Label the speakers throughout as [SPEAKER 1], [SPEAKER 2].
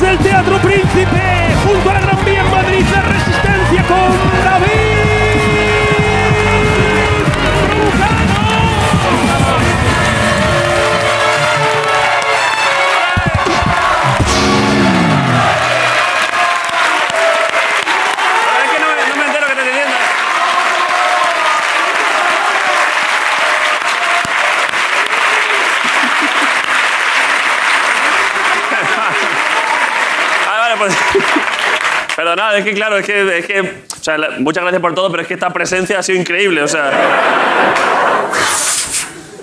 [SPEAKER 1] del Teatro Príncipe, junto a la Gran Vía en Madrid, la resistencia con David
[SPEAKER 2] Pero es que no, me- no me entero que te entiendas. Ah, vale, pues. Perdonad, es que claro, es que. Es que o sea, la- muchas gracias por todo, pero es que esta presencia ha sido increíble, o sea.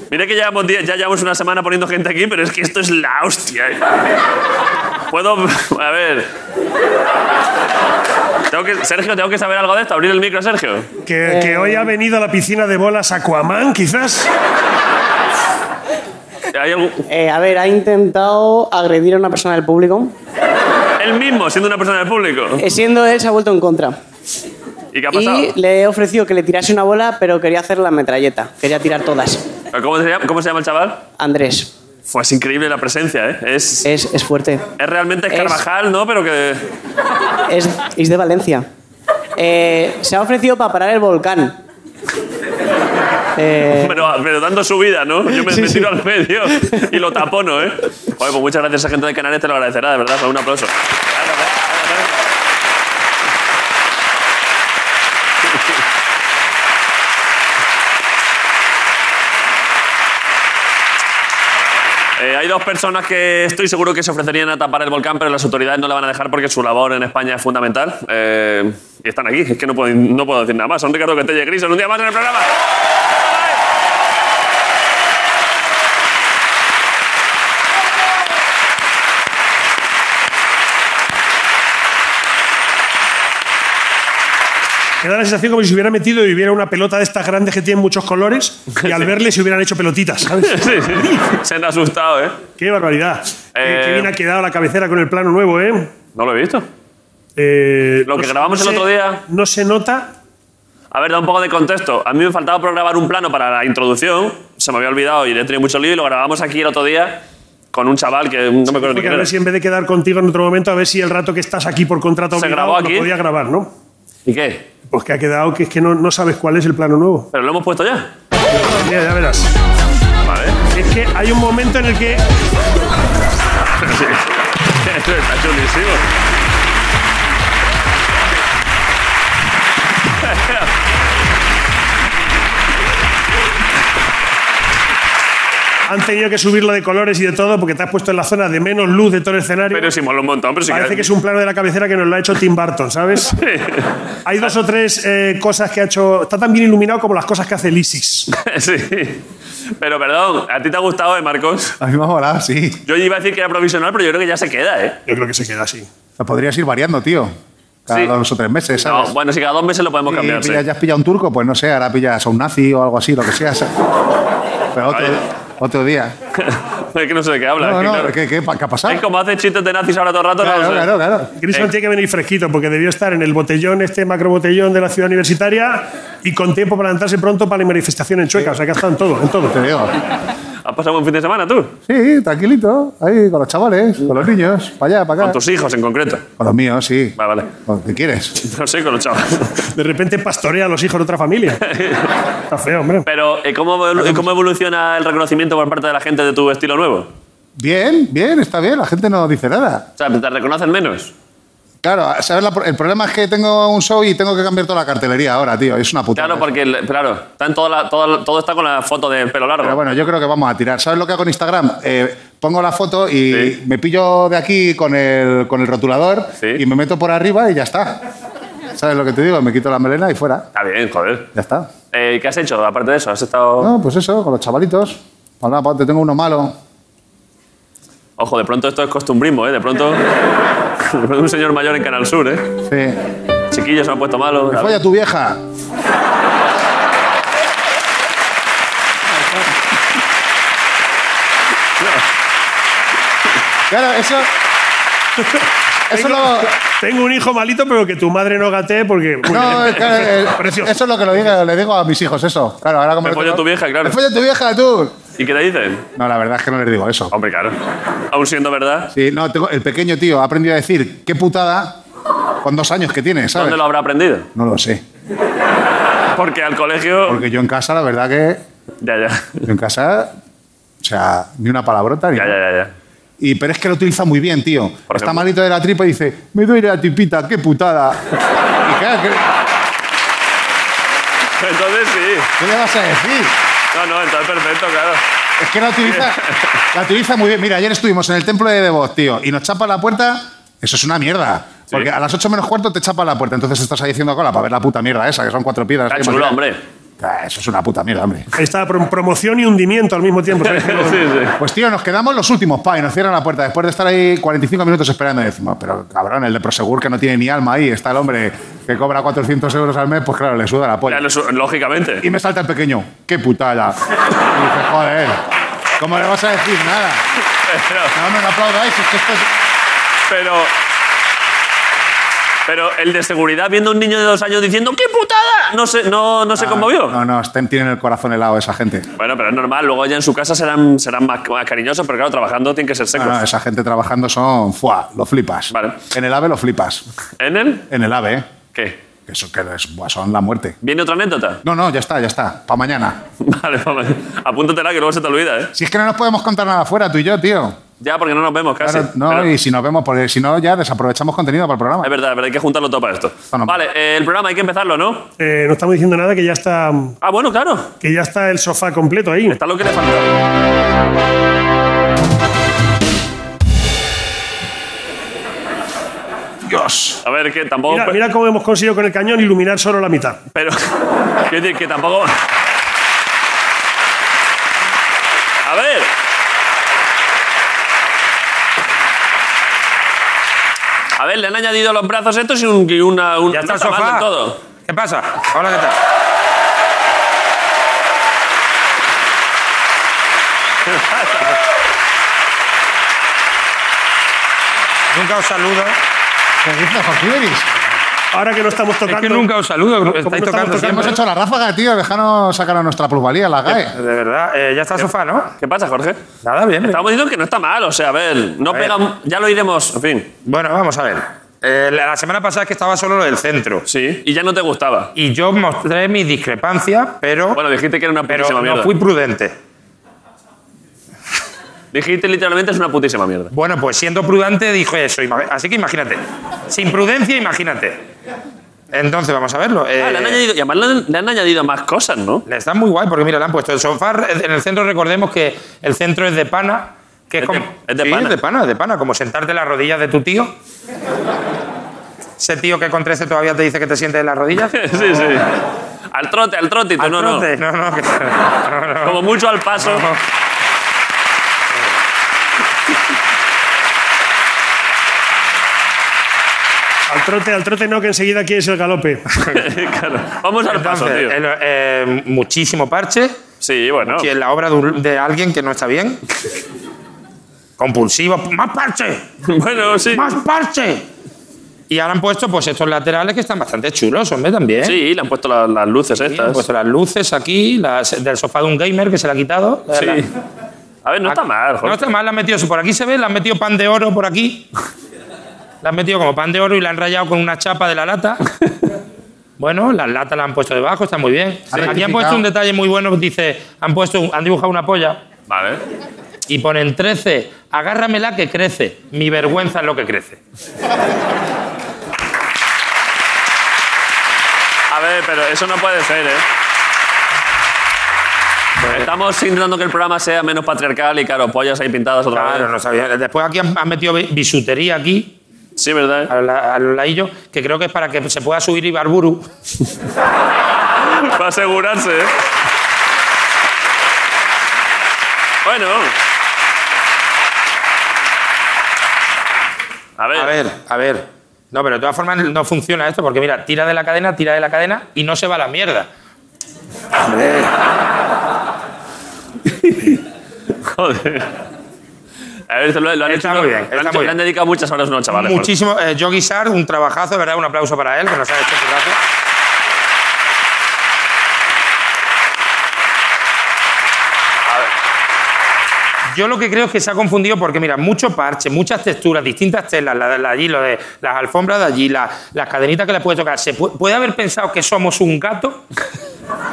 [SPEAKER 2] Mira que llevamos diez- ya llevamos una semana poniendo gente aquí, pero es que esto es la hostia. eh. Puedo. A ver. Tengo que, Sergio, tengo que saber algo de esto. Abrir el micro, Sergio.
[SPEAKER 3] Que, que hoy ha venido a la piscina de bolas Aquaman, quizás.
[SPEAKER 2] ¿Hay algún-
[SPEAKER 4] Eh, a ver, ha intentado agredir a una persona del público.
[SPEAKER 2] Él mismo, siendo una persona del público.
[SPEAKER 4] Eh, siendo él, se ha vuelto en contra.
[SPEAKER 2] ¿Y qué ha pasado?
[SPEAKER 4] Y le he ofrecido que le tirase una bola, pero quería hacer la metralleta. Quería tirar todas.
[SPEAKER 2] ¿Cómo se, llama, cómo se llama el chaval?
[SPEAKER 4] Andrés,
[SPEAKER 2] Fue es increíble la presencia, ¿eh? Es,
[SPEAKER 4] es, es fuerte.
[SPEAKER 2] es realmente
[SPEAKER 4] es-
[SPEAKER 2] Carvajal, ¿no? Pero que...
[SPEAKER 4] Es, es de Valencia. Eh, se ha ofrecido para parar el volcán. Eh,
[SPEAKER 2] Pero, pero dando su vida, ¿no? Yo me,
[SPEAKER 4] Sí,
[SPEAKER 2] me
[SPEAKER 4] sí.
[SPEAKER 2] tiro al medio y lo tapono, ¿eh? Joder, pues muchas gracias a gente de Canarias, te lo agradecerá, de verdad. Un aplauso. Eh, hay dos personas que estoy seguro que se ofrecerían a tapar el volcán, pero las autoridades no la van a dejar porque su labor en España es fundamental. Eh, y están aquí, es que no puedo, no puedo decir nada más. Son Ricardo Quetelle y Gris, en un día más en el programa.
[SPEAKER 3] Me da la sensación como si se hubiera metido y hubiera una pelota de estas grandes que tienen muchos colores y al verle se hubieran hecho pelotitas, ¿sabes?
[SPEAKER 2] Sí, sí. Se han asustado, ¿eh?
[SPEAKER 3] ¡Qué barbaridad! Qué-
[SPEAKER 2] Eh.
[SPEAKER 3] Qué bien ha quedado la cabecera con el plano nuevo, ¿eh?
[SPEAKER 2] No lo he visto.
[SPEAKER 3] Eh,
[SPEAKER 2] Lo que
[SPEAKER 3] se-
[SPEAKER 2] grabamos el
[SPEAKER 3] se-
[SPEAKER 2] otro día.
[SPEAKER 3] No se nota.
[SPEAKER 2] A ver, da un poco de contexto. A mí me faltaba programar un plano para la introducción. Se me había olvidado y le he tenido mucho lío y lo grabamos aquí el otro día con un chaval que no me acuerdo ni
[SPEAKER 3] Porque
[SPEAKER 2] quién
[SPEAKER 3] a
[SPEAKER 2] era.
[SPEAKER 3] ver si en vez de quedar contigo en otro momento, a ver si el rato que estás aquí por contrato
[SPEAKER 2] ¿Se
[SPEAKER 3] obligado
[SPEAKER 2] grabó aquí?
[SPEAKER 3] lo podía grabar, ¿no?
[SPEAKER 2] ¿Y qué?
[SPEAKER 3] Pues que ha quedado que es que no, no sabes cuál es el plano nuevo.
[SPEAKER 2] Pero lo hemos puesto ya.
[SPEAKER 3] Mira, ya verás.
[SPEAKER 2] Vale.
[SPEAKER 3] Es que hay un momento en el que
[SPEAKER 2] Sí. Está chulísimo.
[SPEAKER 3] han tenido que subirlo de colores y de todo porque te has puesto en la zona de menos luz de todo el escenario.
[SPEAKER 2] Pero sí, mola un montón. Pero sí
[SPEAKER 3] Parece que es un plano de la cabecera que nos lo ha hecho Tim Burton, ¿sabes? Hay dos o tres eh, cosas que ha hecho. Está tan bien iluminado como las cosas que hace Lysis.
[SPEAKER 2] sí. Pero perdón, ¿a ti te ha gustado, eh, Marcos?
[SPEAKER 5] A mí me ha molado, sí.
[SPEAKER 2] Yo iba a decir que era provisional, pero yo creo que ya se queda, ¿eh?
[SPEAKER 3] Yo creo que se queda así.
[SPEAKER 5] O sea, podrías ir variando, tío. Cada
[SPEAKER 2] Sí.
[SPEAKER 5] dos o tres meses,
[SPEAKER 2] No,
[SPEAKER 5] ¿sabes?
[SPEAKER 2] bueno, si cada dos meses lo podemos
[SPEAKER 5] Y
[SPEAKER 2] cambiar, sí.
[SPEAKER 5] pillas- ya has pillado un turco, pues no sé, ahora pillas a un nazi o algo así, lo que sea. ¿sabes? Pero otro,
[SPEAKER 2] Vale.
[SPEAKER 5] otro día.
[SPEAKER 2] es que no sé de qué habla.
[SPEAKER 5] No,
[SPEAKER 2] es que,
[SPEAKER 5] no,
[SPEAKER 2] claro,
[SPEAKER 5] ¿qué, qué, pa- qué ha pasado?
[SPEAKER 2] Es como hace chistes de nazis ahora todo el rato. no
[SPEAKER 5] Claro,
[SPEAKER 2] lo sé.
[SPEAKER 5] claro, claro.
[SPEAKER 3] Grison tiene que venir fresquito porque debió estar en el botellón, este macrobotellón de la ciudad universitaria y con tiempo para entrarse pronto para la manifestación en Chueca. O sea que ha estado en todo, en todo.
[SPEAKER 5] Te digo.
[SPEAKER 2] ¿Has pasado buen fin de semana tú?
[SPEAKER 5] Sí, tranquilito, ahí con los chavales, con los niños, para allá, para
[SPEAKER 2] Con
[SPEAKER 5] acá.
[SPEAKER 2] tus hijos en concreto.
[SPEAKER 5] Con los míos, sí.
[SPEAKER 2] Vale, vale.
[SPEAKER 5] Con- ¿Qué quieres?
[SPEAKER 2] No sé, con los chavales.
[SPEAKER 3] De repente pastorea a los hijos de otra familia. Está feo, hombre.
[SPEAKER 2] Pero, eh, ¿cómo, evolu- cómo evoluciona el reconocimiento por parte de la gente de tu estilo nuevo?
[SPEAKER 5] Bien, bien, está bien, la gente no dice nada.
[SPEAKER 2] O sea, ¿te reconocen menos?
[SPEAKER 5] Claro, ¿sabes? la pro- el problema es que tengo un show y tengo que cambiar toda la cartelería ahora, tío. Es una putada.
[SPEAKER 2] Claro, porque, el- claro, está en toda la- toda- todo está con la foto del pelo
[SPEAKER 5] Pero
[SPEAKER 2] largo.
[SPEAKER 5] bueno, yo creo que vamos a tirar. ¿Sabes lo que hago en Instagram? Eh, pongo la foto y
[SPEAKER 2] Sí.
[SPEAKER 5] me pillo de aquí con el, con el rotulador
[SPEAKER 2] Sí.
[SPEAKER 5] y me meto por arriba y ya está. ¿Sabes lo que te digo? Me quito la melena y fuera.
[SPEAKER 2] Está bien, joder.
[SPEAKER 5] Ya está.
[SPEAKER 2] Eh, ¿Qué has hecho aparte de eso? ¿Has estado...?
[SPEAKER 5] No, pues eso, con los chavalitos. Para nada, pa- te tengo uno malo.
[SPEAKER 2] Ojo, de pronto esto es costumbrismo, ¿eh? De pronto... de pronto un señor mayor en Canal Sur, ¿eh?
[SPEAKER 5] Sí.
[SPEAKER 2] Chiquillos se han puesto malos.
[SPEAKER 5] Me folla tu vieja. Claro, eso. Eso lo.
[SPEAKER 3] Tengo un hijo malito, pero que tu madre no gatee porque.
[SPEAKER 5] No, es que, eh,
[SPEAKER 3] Precioso.
[SPEAKER 5] eso es lo que lo digo, le digo a mis hijos, eso. Claro, ahora como
[SPEAKER 2] Me
[SPEAKER 5] lo
[SPEAKER 2] folla
[SPEAKER 5] tengo-
[SPEAKER 2] tu vieja, claro.
[SPEAKER 5] Me folla tu vieja, tú.
[SPEAKER 2] ¿Y qué te dicen?
[SPEAKER 5] No, la verdad es que no les digo eso.
[SPEAKER 2] Hombre, claro. Aún siendo verdad,
[SPEAKER 5] Sí, no, tengo- el pequeño tío ha aprendido a decir qué putada con dos años que tiene, ¿sabes?
[SPEAKER 2] ¿dónde lo habrá aprendido?
[SPEAKER 5] No lo sé.
[SPEAKER 2] Porque al colegio.
[SPEAKER 5] Porque yo en casa, la verdad que.
[SPEAKER 2] Ya, ya.
[SPEAKER 5] Yo en casa. O sea, ni una palabrota ni
[SPEAKER 2] Ya, ya,
[SPEAKER 5] nada.
[SPEAKER 2] ya. ya.
[SPEAKER 5] Y, pero es que lo utiliza muy bien, tío.
[SPEAKER 2] Por
[SPEAKER 5] Está
[SPEAKER 2] ejemplo.
[SPEAKER 5] malito de la tripa y dice, me duele la tripita, qué putada. y claro, ¿qué,
[SPEAKER 2] Entonces sí.
[SPEAKER 5] qué le vas a decir?
[SPEAKER 2] No, no, entonces perfecto, claro.
[SPEAKER 5] Es que la utiliza, la utiliza muy bien. Mira, ayer estuvimos en el templo de Devot, tío, y nos chapa la puerta. Eso es una mierda. Porque a las 8 menos cuarto te chapa la puerta, entonces estás ahí haciendo cola para ver la puta mierda esa, que son cuatro piedras.
[SPEAKER 2] Está
[SPEAKER 5] que
[SPEAKER 2] chulo,
[SPEAKER 5] imaginas.
[SPEAKER 2] hombre.
[SPEAKER 5] Ah, Eso es una puta mierda, hombre.
[SPEAKER 3] Está pro- promoción y hundimiento al mismo tiempo.
[SPEAKER 2] Sí,
[SPEAKER 3] ¿sabes?
[SPEAKER 2] sí.
[SPEAKER 5] Pues tío, nos quedamos los últimos, pa, y nos cierran la puerta después de estar ahí 45 minutos esperando. Y decimos, pero cabrón, el de Prosegur que no tiene ni alma ahí, está el hombre que cobra 400 euros al mes, pues claro, le suda la
[SPEAKER 2] Ya,
[SPEAKER 5] polla.
[SPEAKER 2] lo su- lógicamente.
[SPEAKER 5] Y me salta el pequeño, qué putada. Y dice, joder, ¿cómo le vas a decir nada?
[SPEAKER 2] Pero,
[SPEAKER 5] No, no, no aplaudáis, es que esto es...
[SPEAKER 2] pero. Pero el de seguridad viendo a un niño de dos años diciendo ¡Qué putada! No se, no, Ah, no se conmovió.
[SPEAKER 5] Ah, No, no, estén- tienen el corazón helado esa gente.
[SPEAKER 2] Bueno, pero es normal. Luego ya en su casa serán, serán más, más cariñosos, pero claro, trabajando tienen que ser
[SPEAKER 5] No,
[SPEAKER 2] secos.
[SPEAKER 5] no, esa gente trabajando son, fuá, lo flipas.
[SPEAKER 2] Vale.
[SPEAKER 5] En el AVE lo flipas.
[SPEAKER 2] ¿En él?
[SPEAKER 5] En el AVE, ¿eh?
[SPEAKER 2] ¿Qué?
[SPEAKER 5] Que, eso, que es- buah, son la muerte.
[SPEAKER 2] ¿Viene otra anécdota?
[SPEAKER 5] No, no, ya está, ya está. Para mañana.
[SPEAKER 2] Vale, vamos. Apúntatela que luego se te olvida, ¿eh?
[SPEAKER 5] Si es que no nos podemos contar nada afuera, tú y yo, tío.
[SPEAKER 2] Ya, porque no nos vemos casi.
[SPEAKER 5] Claro, no,
[SPEAKER 2] Pero-
[SPEAKER 5] y si nos vemos, porque si no, ya desaprovechamos contenido para el programa.
[SPEAKER 2] Es verdad, es verdad, hay que juntarlo todo para esto.
[SPEAKER 5] no-
[SPEAKER 2] Vale, eh, el programa hay que empezarlo, ¿no?
[SPEAKER 3] Eh, no estamos diciendo nada que ya está
[SPEAKER 2] Ah, bueno, claro.
[SPEAKER 3] que ya está el sofá completo ahí.
[SPEAKER 2] Está lo que le falta.
[SPEAKER 5] Dios.
[SPEAKER 2] A ver, que tampoco.
[SPEAKER 3] Mira, mira cómo hemos conseguido con el cañón iluminar solo la mitad.
[SPEAKER 2] Pero. Quiero decir que tampoco. A ver. A ver, le han añadido los brazos estos y, un, y una. un-
[SPEAKER 6] Ya
[SPEAKER 2] no
[SPEAKER 6] está el
[SPEAKER 2] mal
[SPEAKER 6] sofá.
[SPEAKER 2] del todo.
[SPEAKER 6] ¿Qué pasa? Hola, ¿qué tal? Nunca os saludo.
[SPEAKER 5] ¿Qué dices, Jorge Iberis?
[SPEAKER 3] Ahora que no estamos
[SPEAKER 6] Es
[SPEAKER 3] tocando.
[SPEAKER 6] que nunca os saludo.
[SPEAKER 3] ¿Cómo
[SPEAKER 6] Estáis
[SPEAKER 3] estamos
[SPEAKER 6] tocando.
[SPEAKER 3] tocando?
[SPEAKER 5] Hemos
[SPEAKER 6] siempre.
[SPEAKER 5] hecho la ráfaga, tío. Déjanos sacar a nuestra plusvalía, la GAE.
[SPEAKER 6] De verdad, eh, ya está el sofá, ¿no?
[SPEAKER 2] ¿Qué pasa, Jorge?
[SPEAKER 6] Nada, bien. bien.
[SPEAKER 2] Estamos diciendo que no está mal, o sea, a ver. No
[SPEAKER 6] A ver.
[SPEAKER 2] pega. Ya lo iremos, en fin.
[SPEAKER 6] Bueno, vamos a ver. Eh, la la semana pasada es que estaba solo lo del centro.
[SPEAKER 2] Sí. Y ya no te gustaba.
[SPEAKER 6] Y yo mostré mis discrepancias, pero,
[SPEAKER 2] Bueno, dijiste que era una
[SPEAKER 6] pero
[SPEAKER 2] putísima mierda.
[SPEAKER 6] no fui prudente.
[SPEAKER 2] Dijiste literalmente es una putísima mierda.
[SPEAKER 6] Bueno, pues siendo prudente dije eso. ima- Así que imagínate. Sin prudencia, imagínate. Entonces, vamos a verlo.
[SPEAKER 2] Ah, le han
[SPEAKER 6] Eh,
[SPEAKER 2] añadido, y además le han, le han añadido más cosas, ¿no?
[SPEAKER 6] Está muy guay porque, mira, le han puesto el sofá. En el centro, recordemos que el centro es de pana. Que es,
[SPEAKER 2] Es de-
[SPEAKER 6] como-
[SPEAKER 2] es de
[SPEAKER 6] Sí,
[SPEAKER 2] pana.
[SPEAKER 6] es de pana, es de pana. Como sentarte en las rodillas de tu tío. Ese tío que con 13 todavía te dice que te sientes en las rodillas.
[SPEAKER 2] sí, sí. Al trote, al trotito,
[SPEAKER 6] Al
[SPEAKER 2] no,
[SPEAKER 6] trote, no, no, que- no,
[SPEAKER 2] no.
[SPEAKER 6] no.
[SPEAKER 2] Como mucho al paso.
[SPEAKER 3] Al trote, al trote no, que enseguida quieres el galope.
[SPEAKER 2] Claro. Vamos al paso,
[SPEAKER 6] Entonces,
[SPEAKER 2] tío.
[SPEAKER 6] el- eh, muchísimo parche.
[SPEAKER 2] Sí, bueno.
[SPEAKER 6] que es la obra de, un- de alguien que no está bien. Compulsivo. ¡Más parche!
[SPEAKER 2] Bueno, sí.
[SPEAKER 6] ¡Más parche! Y ahora han puesto pues estos laterales que están bastante chulos, hombre, también.
[SPEAKER 2] Sí, le han puesto la- las luces
[SPEAKER 6] ¿eh? Sí, pues, han
[SPEAKER 2] estas.
[SPEAKER 6] puesto las luces aquí, las del sofá de un gamer que se la ha quitado.
[SPEAKER 2] Sí.
[SPEAKER 6] La- Ah,
[SPEAKER 2] A ver, no está mal,
[SPEAKER 6] No
[SPEAKER 2] Jorge.
[SPEAKER 6] está mal, la han metido. Por aquí se ve, la han metido pan de oro por aquí. La han metido como pan de oro y la han rayado con una chapa de la lata. Bueno, las latas la han puesto debajo, está muy bien. Aquí han
[SPEAKER 5] rectificado.
[SPEAKER 6] puesto un detalle muy bueno, dice, han puesto, un- han dibujado una polla
[SPEAKER 2] Vale.
[SPEAKER 6] y ponen 13, agárramela que crece, mi vergüenza es lo que crece.
[SPEAKER 2] A ver, pero eso no puede ser, ¿eh?
[SPEAKER 6] Pues-
[SPEAKER 2] Estamos intentando que el programa sea menos patriarcal y, claro, pollas ahí pintadas otra
[SPEAKER 6] Claro,
[SPEAKER 2] vez.
[SPEAKER 6] no sabía. Después Pues aquí han, han metido bi- bisutería aquí,
[SPEAKER 2] Sí, ¿verdad? eh?
[SPEAKER 6] a, la- a los ladillos, que creo que es para que se pueda subir Ibarburu.
[SPEAKER 2] Para asegurarse. ¿eh? Bueno. A ver,
[SPEAKER 6] A ver, a ver. No, pero de todas formas no funciona esto, porque mira, tira de la cadena, tira de la cadena y no se va a la mierda.
[SPEAKER 2] joder. A ver, esto lo, lo han
[SPEAKER 6] Está
[SPEAKER 2] hecho-
[SPEAKER 6] muy bien,
[SPEAKER 2] lo han
[SPEAKER 6] está
[SPEAKER 2] hecho-
[SPEAKER 6] muy
[SPEAKER 2] le han
[SPEAKER 6] bien.
[SPEAKER 2] dedicado muchas horas, no, chavales. joder.
[SPEAKER 6] Muchísimo. Eh, Joe Guisard, un trabajazo, de verdad, un aplauso para él, que nos ha hecho un trabajo. Yo lo que creo es que se ha confundido porque, mira, mucho parche, muchas texturas, distintas telas, la, la allí, lo de, las alfombras de allí, la- las cadenitas que le puede tocar. ¿Se pu- puede haber pensado que somos un gato?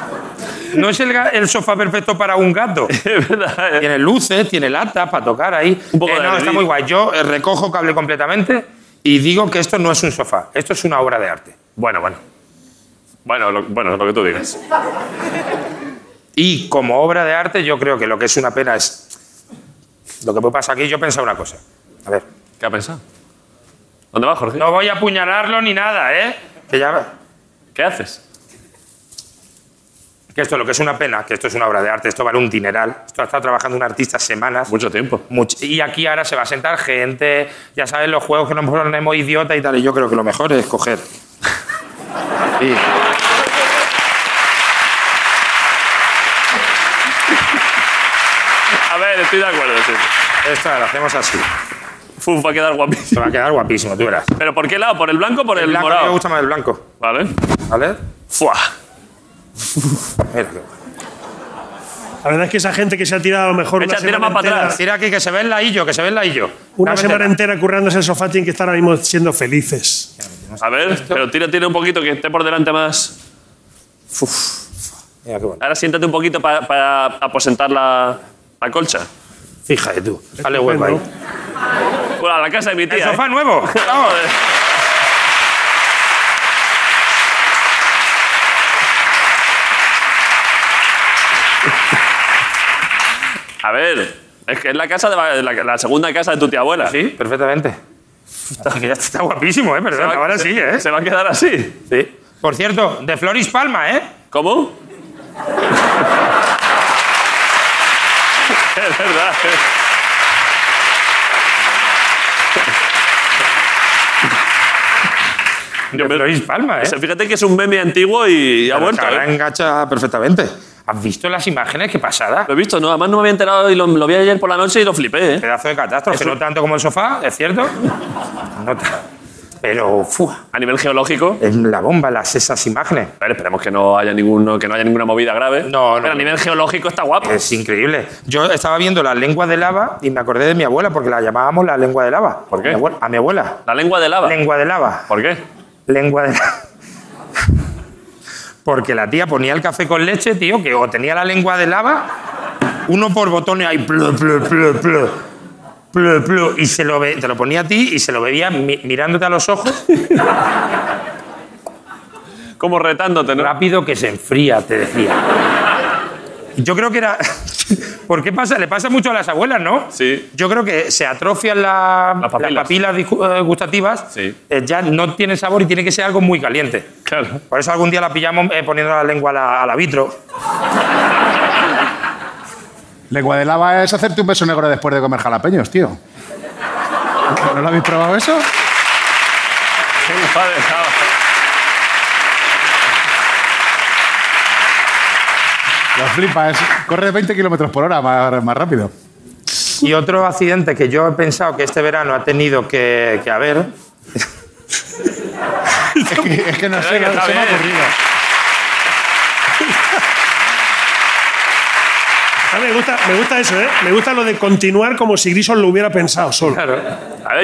[SPEAKER 6] No es el, ga- el sofá perfecto para un gato.
[SPEAKER 2] Es verdad. eh.
[SPEAKER 6] Tiene luces, tiene latas para tocar ahí. Eh,
[SPEAKER 2] Un poco de
[SPEAKER 6] no, está
[SPEAKER 2] alegría.
[SPEAKER 6] muy guay. Yo eh, recojo cable completamente y digo que esto no es un sofá, esto es una obra de arte.
[SPEAKER 2] Bueno, bueno. Bueno, lo, bueno, lo que tú digas.
[SPEAKER 6] Y como obra de arte, yo creo que lo que es una pena es. Lo que puede pasar aquí, yo pensaba una cosa. A ver,
[SPEAKER 2] ¿Qué ha pensado? ¿Dónde vas, Jorge?
[SPEAKER 6] no voy a apuñalarlo ni nada, ¿eh? Que ya.
[SPEAKER 2] ¿Qué haces?
[SPEAKER 6] Que esto, lo que es una pena, que esto es una obra de arte, esto vale un dineral. Esto ha estado trabajando un artista semanas.
[SPEAKER 2] Mucho tiempo.
[SPEAKER 6] Much- y aquí ahora se va a sentar gente, ya sabes, los juegos que nos ponemos idiota y tal. Y yo creo que lo mejor es coger. Sí.
[SPEAKER 2] A ver, estoy de acuerdo, sí.
[SPEAKER 6] Esto lo hacemos así.
[SPEAKER 2] Fuf, va a quedar guapísimo.
[SPEAKER 6] Se va a quedar guapísimo, tú verás.
[SPEAKER 2] ¿Pero por qué lado? ¿Por el blanco o por el,
[SPEAKER 6] blanco, a mí me
[SPEAKER 2] morado?
[SPEAKER 6] gusta más el blanco.
[SPEAKER 2] Vale.
[SPEAKER 6] ¿Vale?
[SPEAKER 2] Fua.
[SPEAKER 6] Mira, qué guay.
[SPEAKER 3] La verdad es que esa gente que se ha tirado a lo mejor
[SPEAKER 2] Echa,
[SPEAKER 3] una
[SPEAKER 2] tira
[SPEAKER 3] semana,
[SPEAKER 2] más para
[SPEAKER 3] entera,
[SPEAKER 2] atrás.
[SPEAKER 6] Tira aquí que se ve el laillo, que se ve el laillo.
[SPEAKER 3] una
[SPEAKER 6] Dame
[SPEAKER 3] semana
[SPEAKER 6] tela.
[SPEAKER 3] entera currándose el sofá tienen que estar ahora mismo siendo felices.
[SPEAKER 2] A ver, pero tira, tira un poquito, que esté por delante más. Fuf.
[SPEAKER 6] Mira, qué bueno.
[SPEAKER 2] Ahora siéntate un poquito pa- para aposentar la, la colcha.
[SPEAKER 6] Fíjate tú. Dale huevo ahí.
[SPEAKER 3] Estupendo.
[SPEAKER 2] Bueno, a la casa de mi tía.
[SPEAKER 6] ¡El
[SPEAKER 2] ¿eh?
[SPEAKER 6] sofá nuevo! ¡Vamos!
[SPEAKER 2] Joder. A ver, es que es la casa de la, la- la segunda casa de tu tía abuela.
[SPEAKER 6] Sí, perfectamente. Así que ya está guapísimo, ¿eh?
[SPEAKER 2] Se
[SPEAKER 6] Perdón,
[SPEAKER 2] va-
[SPEAKER 6] ahora sí, ¿eh?
[SPEAKER 2] Se va a quedar así.
[SPEAKER 6] Sí. Por cierto, de Floris Palma, ¿eh?
[SPEAKER 2] ¿Cómo? es verdad. ¿eh?
[SPEAKER 6] De Floris Palma, ¿eh?
[SPEAKER 2] O sea, fíjate que es un meme antiguo y, y ha
[SPEAKER 6] Pero
[SPEAKER 2] vuelto.
[SPEAKER 6] que ahora
[SPEAKER 2] ¿eh?
[SPEAKER 6] engancha perfectamente. ¿Has visto las imágenes? ¡Qué pasada!
[SPEAKER 2] Lo he visto, ¿no? Además no me había enterado y lo, lo vi ayer por la noche y lo flipé, ¿eh?
[SPEAKER 6] Pedazo de catástrofe,
[SPEAKER 2] Eso-
[SPEAKER 6] no tanto como el sofá, es cierto. No ta- Pero, ¡fua!
[SPEAKER 2] A nivel geológico.
[SPEAKER 6] Es la bomba, las, esas imágenes.
[SPEAKER 2] A ver, esperemos que no haya ninguno, que no haya ninguna movida grave.
[SPEAKER 6] No, no.
[SPEAKER 2] Pero a nivel geológico está guapo.
[SPEAKER 6] Es increíble. Yo estaba viendo las lenguas de lava y me acordé de mi abuela porque la llamábamos la lengua de lava.
[SPEAKER 2] ¿Por qué?
[SPEAKER 6] A mi abuela. a mi abuela.
[SPEAKER 2] La lengua de lava.
[SPEAKER 6] Lengua de lava.
[SPEAKER 2] ¿Por qué?
[SPEAKER 6] Lengua de lava. Porque la tía ponía el café con leche, tío, que o tenía la lengua de lava, uno por botones ahí, plu, plu, plu, plu, plu, plu, y se lo be- te lo ponía a ti y se lo bebía mi- mirándote a los ojos,
[SPEAKER 2] Como retándote, ¿no?
[SPEAKER 6] rápido que se enfría, te decía. Yo creo que era. ¿Por qué pasa? Le pasa mucho a las abuelas, ¿no?
[SPEAKER 2] Sí.
[SPEAKER 6] Yo creo que se atrofian la-
[SPEAKER 2] Las
[SPEAKER 6] las
[SPEAKER 2] papilas.
[SPEAKER 6] papilas, disgu- eh, gustativas,
[SPEAKER 2] Sí.
[SPEAKER 6] eh, ya no tiene sabor y tiene que ser algo muy caliente.
[SPEAKER 2] Claro.
[SPEAKER 6] Por eso algún día la pillamos eh, poniendo la lengua a la, a la vitro.
[SPEAKER 5] Lengua de lava es hacerte un beso negro después de comer jalapeños, tío. ¿No lo habéis probado eso?
[SPEAKER 2] Lengua de lava.
[SPEAKER 5] Lo flipas. Corres 20 kilómetros por hora más, más rápido.
[SPEAKER 6] Y otro accidente que yo he pensado que este verano ha tenido que, que haber.
[SPEAKER 5] Es que, es que no
[SPEAKER 2] Pero
[SPEAKER 5] sé,
[SPEAKER 2] que está
[SPEAKER 5] no se me ha
[SPEAKER 2] bien.
[SPEAKER 5] ocurrido.
[SPEAKER 3] A mí me gusta, me gusta eso, ¿eh? Me gusta lo de continuar como si Grison lo hubiera pensado solo.
[SPEAKER 2] A ver,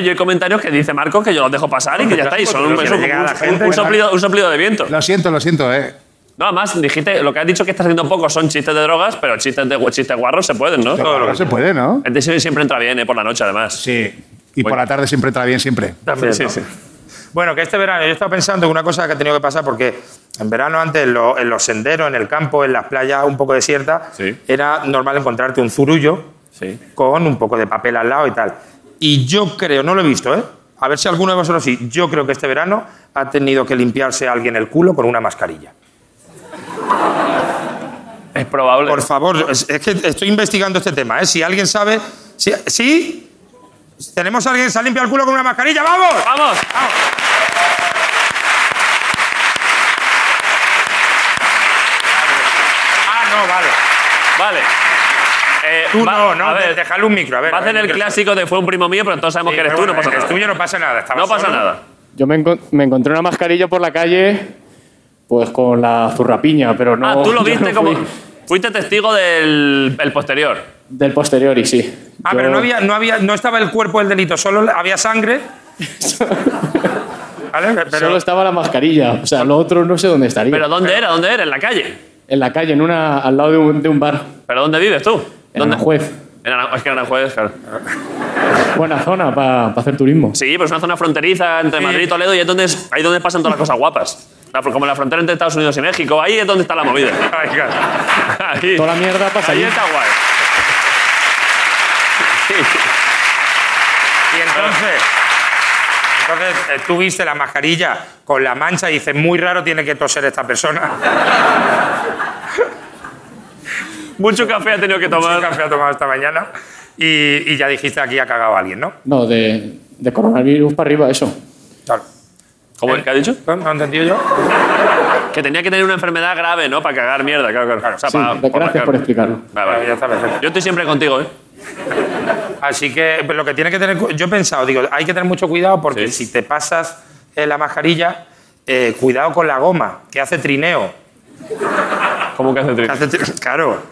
[SPEAKER 2] yo hay comentarios que dice Marcos que yo los dejo pasar y que ya está. Y son
[SPEAKER 6] Pero
[SPEAKER 2] un,
[SPEAKER 6] que
[SPEAKER 2] es
[SPEAKER 6] le
[SPEAKER 2] un-
[SPEAKER 6] llega a la
[SPEAKER 2] un-
[SPEAKER 6] gente,
[SPEAKER 2] un
[SPEAKER 6] ¿verdad?
[SPEAKER 2] soplido, un soplido de viento.
[SPEAKER 5] Lo siento, lo siento, eh.
[SPEAKER 2] No, además, dijiste, lo que has dicho que estás haciendo poco son chistes de drogas, pero chistes, de, chistes guarros se pueden, ¿no?
[SPEAKER 5] Pero no se puede, ¿no?
[SPEAKER 2] El diseño siempre entra bien, ¿eh? Por la noche, además.
[SPEAKER 5] Sí. Y
[SPEAKER 2] Bueno.
[SPEAKER 5] por la tarde siempre entra bien, siempre.
[SPEAKER 6] También, ¿no? Bueno, que este verano yo estaba pensando en una cosa que ha tenido que pasar porque en verano antes en, lo- en los senderos, en el campo, en las playas un poco desiertas,
[SPEAKER 2] Sí.
[SPEAKER 6] era normal encontrarte un zurullo
[SPEAKER 2] Sí.
[SPEAKER 6] con un poco de papel al lado y tal. Y yo creo, no lo he visto, ¿eh? A ver si alguno de vosotros sí. Yo creo que este verano ha tenido que limpiarse alguien el culo con una mascarilla.
[SPEAKER 2] Es probable.
[SPEAKER 6] Por favor, es, es que estoy investigando este tema, ¿eh? Si alguien sabe. Si, ¿Sí? ¿Tenemos a alguien que se ha limpiado el culo con una mascarilla? ¡Vamos!
[SPEAKER 2] ¡Vamos!
[SPEAKER 6] Ah, no, vale.
[SPEAKER 2] Vale. Eh,
[SPEAKER 6] Tú
[SPEAKER 2] va-
[SPEAKER 6] no, no,
[SPEAKER 2] a
[SPEAKER 6] de-
[SPEAKER 2] ver,
[SPEAKER 6] déjale un micro, a ver.
[SPEAKER 2] va a hacer
[SPEAKER 6] ver,
[SPEAKER 2] el
[SPEAKER 6] yo-
[SPEAKER 2] clásico de fue un primo mío, pero todos sabemos
[SPEAKER 6] Sí,
[SPEAKER 2] que eres
[SPEAKER 6] pero
[SPEAKER 2] tú y no
[SPEAKER 6] bueno,
[SPEAKER 2] pasa
[SPEAKER 6] el
[SPEAKER 2] nada.
[SPEAKER 6] tuyo no pasa nada. estaba
[SPEAKER 2] No pasa
[SPEAKER 6] solo.
[SPEAKER 2] nada.
[SPEAKER 7] Yo me, encon- me encontré una mascarilla por la calle, pues con la zurrapiña, pero no.
[SPEAKER 2] ah, tú lo
[SPEAKER 7] yo
[SPEAKER 2] viste
[SPEAKER 7] no
[SPEAKER 2] como.
[SPEAKER 7] fui.
[SPEAKER 2] Fuiste testigo del el posterior.
[SPEAKER 7] Del posterior y sí.
[SPEAKER 6] Ah,
[SPEAKER 7] Yo-
[SPEAKER 6] pero no había, no había, no estaba el cuerpo del delito, solo había sangre. ¿Vale?
[SPEAKER 7] Solo
[SPEAKER 6] Pero,
[SPEAKER 7] estaba la mascarilla. O sea, lo otro no sé dónde estaría.
[SPEAKER 2] ¿Pero dónde era? ¿Dónde era? ¿En la calle?
[SPEAKER 7] En la calle, en una, al lado de un, de un bar.
[SPEAKER 2] ¿Pero dónde vives tú?
[SPEAKER 7] En
[SPEAKER 2] ¿Dónde?
[SPEAKER 7] Aranjuez.
[SPEAKER 2] En Aran- es que Aranjuez, claro.
[SPEAKER 7] Buena zona para hacer turismo.
[SPEAKER 2] Sí, pero es una zona fronteriza entre Madrid y Toledo y es donde es- ahí es donde pasan todas las cosas guapas. La fr- Como la frontera entre Estados Unidos y México, ahí es donde está la movida. Ahí, claro. Ahí.
[SPEAKER 7] Toda la mierda pasa
[SPEAKER 2] Ahí
[SPEAKER 7] allí.
[SPEAKER 2] está guay.
[SPEAKER 6] y entonces, entonces eh, tú viste la mascarilla con la mancha y dices, muy raro tiene que toser esta persona.
[SPEAKER 2] Mucho café ha tenido que
[SPEAKER 6] Un
[SPEAKER 2] tomar.
[SPEAKER 6] café ha tomado esta mañana. Y, y ya dijiste aquí ha cagado alguien, ¿no?
[SPEAKER 7] No, de, de coronavirus para arriba, eso.
[SPEAKER 6] Claro.
[SPEAKER 2] ¿Cómo es que ha dicho?
[SPEAKER 6] ¿No no he entendido yo?
[SPEAKER 2] Eh, Que tenía que tener una enfermedad grave, ¿no? Para cagar mierda, claro, claro. O sea,
[SPEAKER 7] Sí,
[SPEAKER 2] para-
[SPEAKER 7] gracias
[SPEAKER 2] Ah, marcar.
[SPEAKER 7] por explicarlo.
[SPEAKER 2] Vale, vale.
[SPEAKER 6] Ya está, perfecto.
[SPEAKER 2] Yo estoy siempre contigo, ¿eh?
[SPEAKER 6] Así que pero lo que tiene que tener, cu- yo he pensado, digo, hay que tener mucho cuidado porque
[SPEAKER 2] Sí.
[SPEAKER 6] si te pasas eh, la mascarilla, eh, cuidado con la goma, que hace trineo.
[SPEAKER 2] ¿Cómo que hace
[SPEAKER 6] Que
[SPEAKER 2] tri-
[SPEAKER 6] hace tri- claro,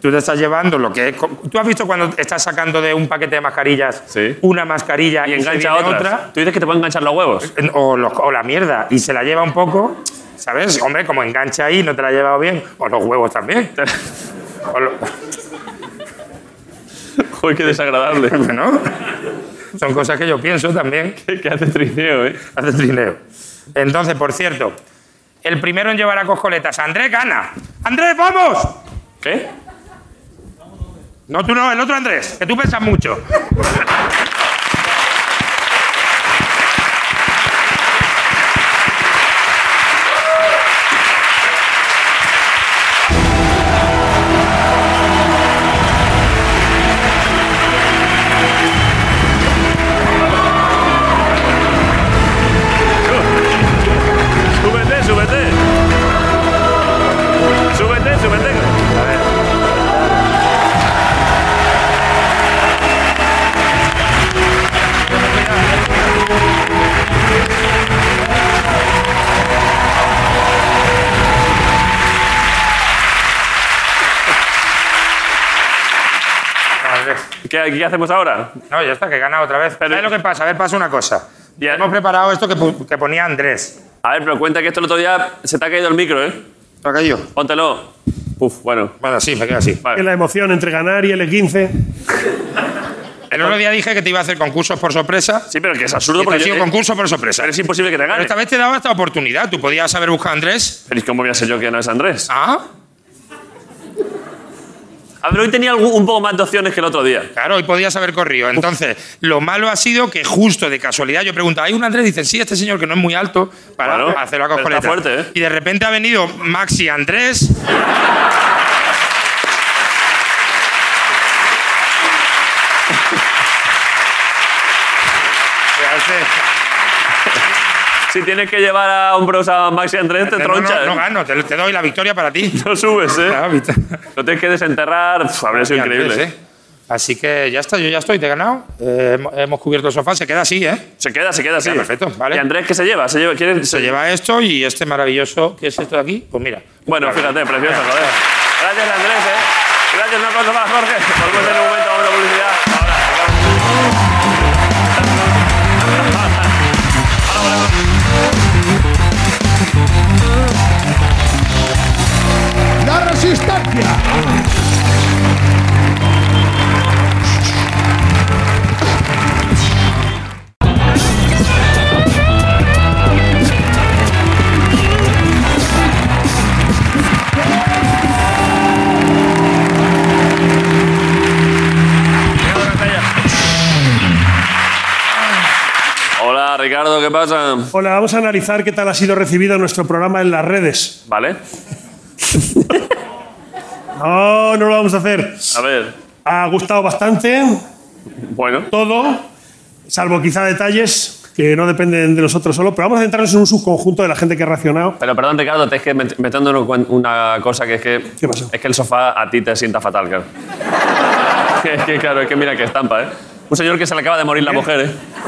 [SPEAKER 6] tú te estás llevando lo que es... co- ¿Tú has visto cuando estás sacando de un paquete de mascarillas
[SPEAKER 2] Sí.
[SPEAKER 6] una mascarilla
[SPEAKER 2] Y
[SPEAKER 6] se
[SPEAKER 2] engancha
[SPEAKER 6] viene
[SPEAKER 2] otras. Tú dices que te pueden enganchar los huevos.
[SPEAKER 6] En- o, los- o la mierda y se la lleva un poco, ¿sabes? Hombre, como engancha ahí, no te la ha llevado bien, o los huevos también. O lo-
[SPEAKER 2] Joder, qué desagradable.
[SPEAKER 6] ¿no? Son cosas que yo pienso también.
[SPEAKER 2] que hace trineo, ¿eh?
[SPEAKER 6] Hace trineo. Entonces, por cierto, el primero en llevar a coscoletas, Andrés gana. ¡Andrés, vamos!
[SPEAKER 2] ¿Qué?
[SPEAKER 6] No, tú no, el otro Andrés, que tú pensas mucho.
[SPEAKER 2] Súbete, súbete. Súbete, súbete. A ver.
[SPEAKER 6] Andrés.
[SPEAKER 2] ¿Qué, qué hacemos ahora?
[SPEAKER 6] No, ya está, que gana otra vez.
[SPEAKER 2] Pero-
[SPEAKER 6] ¿Sabes lo que pasa? A ver, pasa una cosa.
[SPEAKER 2] Ya-
[SPEAKER 6] Hemos preparado esto que, pu- que ponía Andrés.
[SPEAKER 2] A ver, pero cuenta que esto el otro día se te ha caído el micro, ¿eh?
[SPEAKER 6] ¿Lo ha caído?
[SPEAKER 2] Póntelo. Uf, bueno.
[SPEAKER 6] Bueno, sí, me queda así.
[SPEAKER 3] Es la emoción entre ganar y el E 15
[SPEAKER 6] El otro día dije que te iba a hacer concursos por sorpresa.
[SPEAKER 2] Sí, pero que es
[SPEAKER 6] Y
[SPEAKER 2] absurdo
[SPEAKER 6] te ha
[SPEAKER 2] porque
[SPEAKER 6] sido
[SPEAKER 2] yo- eh,
[SPEAKER 6] concurso por sorpresa.
[SPEAKER 2] es imposible que te
[SPEAKER 6] Pero
[SPEAKER 2] gane.
[SPEAKER 6] esta vez te daba esta oportunidad. Tú podías haber buscado a Andrés.
[SPEAKER 2] Pero ¿y ¿cómo voy a ser yo que no es Andrés?
[SPEAKER 6] Ah,
[SPEAKER 2] A ver, Ah, hoy tenía algún- un poco más de opciones que el otro día.
[SPEAKER 6] Claro, hoy podías haber corrido. Entonces, lo malo ha sido que justo de casualidad yo pregunto, ¿hay un Andrés? Dicen, sí, este señor que no es muy alto para
[SPEAKER 2] Claro,
[SPEAKER 6] hacerlo a
[SPEAKER 2] pero
[SPEAKER 6] coscoleta.
[SPEAKER 2] está fuerte, ¿eh?
[SPEAKER 6] Y de repente ha venido Maxi Andrés.
[SPEAKER 2] Si tienes que llevar a hombros a Maxi Andrés, te
[SPEAKER 6] no, no,
[SPEAKER 2] troncha,
[SPEAKER 6] no
[SPEAKER 2] ¿eh?
[SPEAKER 6] gano, te, te doy la victoria para ti.
[SPEAKER 2] No subes, ¿eh?
[SPEAKER 6] Claro, viste.
[SPEAKER 2] Lo tienes que desenterrar. Pf, habría sido
[SPEAKER 6] Andrés,
[SPEAKER 2] increíble.
[SPEAKER 6] ¿eh? Así que ya está, yo ya estoy, te he ganado. Eh, hemos, hemos cubierto el sofá, se queda así, ¿eh?
[SPEAKER 2] Se queda, se queda así.
[SPEAKER 6] Ya, perfecto, vale.
[SPEAKER 2] ¿Y Andrés qué se lleva? ¿Se lleva, quiere-
[SPEAKER 6] Se lleva esto y este maravilloso, ¿qué es esto de aquí? Pues mira.
[SPEAKER 2] Bueno, fíjate, precioso, joder. Gracias, Andrés, ¿eh? Gracias, una cosa más, Jorge. Volvemos en un momento a una publicidad. Ahora, Ahora volvemos.
[SPEAKER 5] ¡La resistencia!
[SPEAKER 2] Hola, Ricardo, ¿qué pasa?
[SPEAKER 3] Hola, vamos a analizar qué tal ha sido recibido nuestro programa en las redes.
[SPEAKER 2] Vale,
[SPEAKER 3] No, no lo vamos a hacer.
[SPEAKER 2] a ver.
[SPEAKER 3] Ha gustado bastante
[SPEAKER 2] Bueno,
[SPEAKER 3] todo, salvo quizá detalles que no dependen de nosotros solo, pero vamos a centrarnos en un subconjunto de la gente que ha reaccionado.
[SPEAKER 2] pero perdón, Ricardo, te es que met- metiendo en cuen- una cosa que es que.
[SPEAKER 3] ¿Qué pasó?
[SPEAKER 2] Es que el sofá a ti te sienta fatal, claro. es que, claro, es que mira que estampa, ¿eh? Un señor que se le acaba de morir la mujer, ¿eh?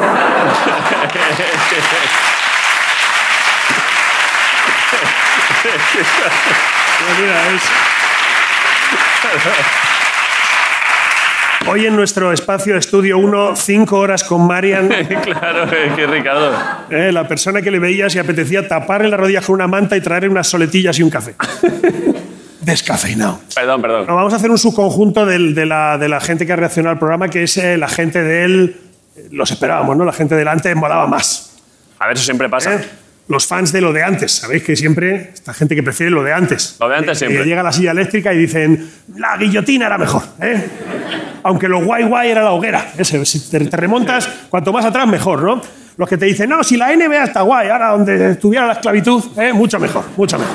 [SPEAKER 3] Pues mira, es- Hoy en nuestro espacio Estudio 1, cinco horas con Marian,
[SPEAKER 2] claro, es que Ricardo.
[SPEAKER 3] eh, la persona que le veías y apetecía taparle las rodillas con una manta y traerle unas soletillas y un café. Descafeinado.
[SPEAKER 2] Perdón, perdón.
[SPEAKER 3] No, vamos a hacer un subconjunto del- de, la, de la gente que ha reaccionado al programa, que es eh, la gente del. Los esperábamos, ¿no? La gente del antes molaba más.
[SPEAKER 2] A ver, eso siempre pasa.
[SPEAKER 3] ¿eh? Los fans de lo de antes. Sabéis que siempre. Esta gente que prefiere lo de antes.
[SPEAKER 2] Lo de antes
[SPEAKER 3] Que-
[SPEAKER 2] siempre.
[SPEAKER 3] Que llega a la silla eléctrica y dicen. La guillotina era mejor, ¿eh? Aunque lo guay guay era la hoguera. Ese, si te, te remontas, cuanto más atrás, mejor, ¿no? Los que te dicen, no, si la NBA está guay, ahora donde estuviera la esclavitud, ¿eh? mucho mejor, mucho mejor.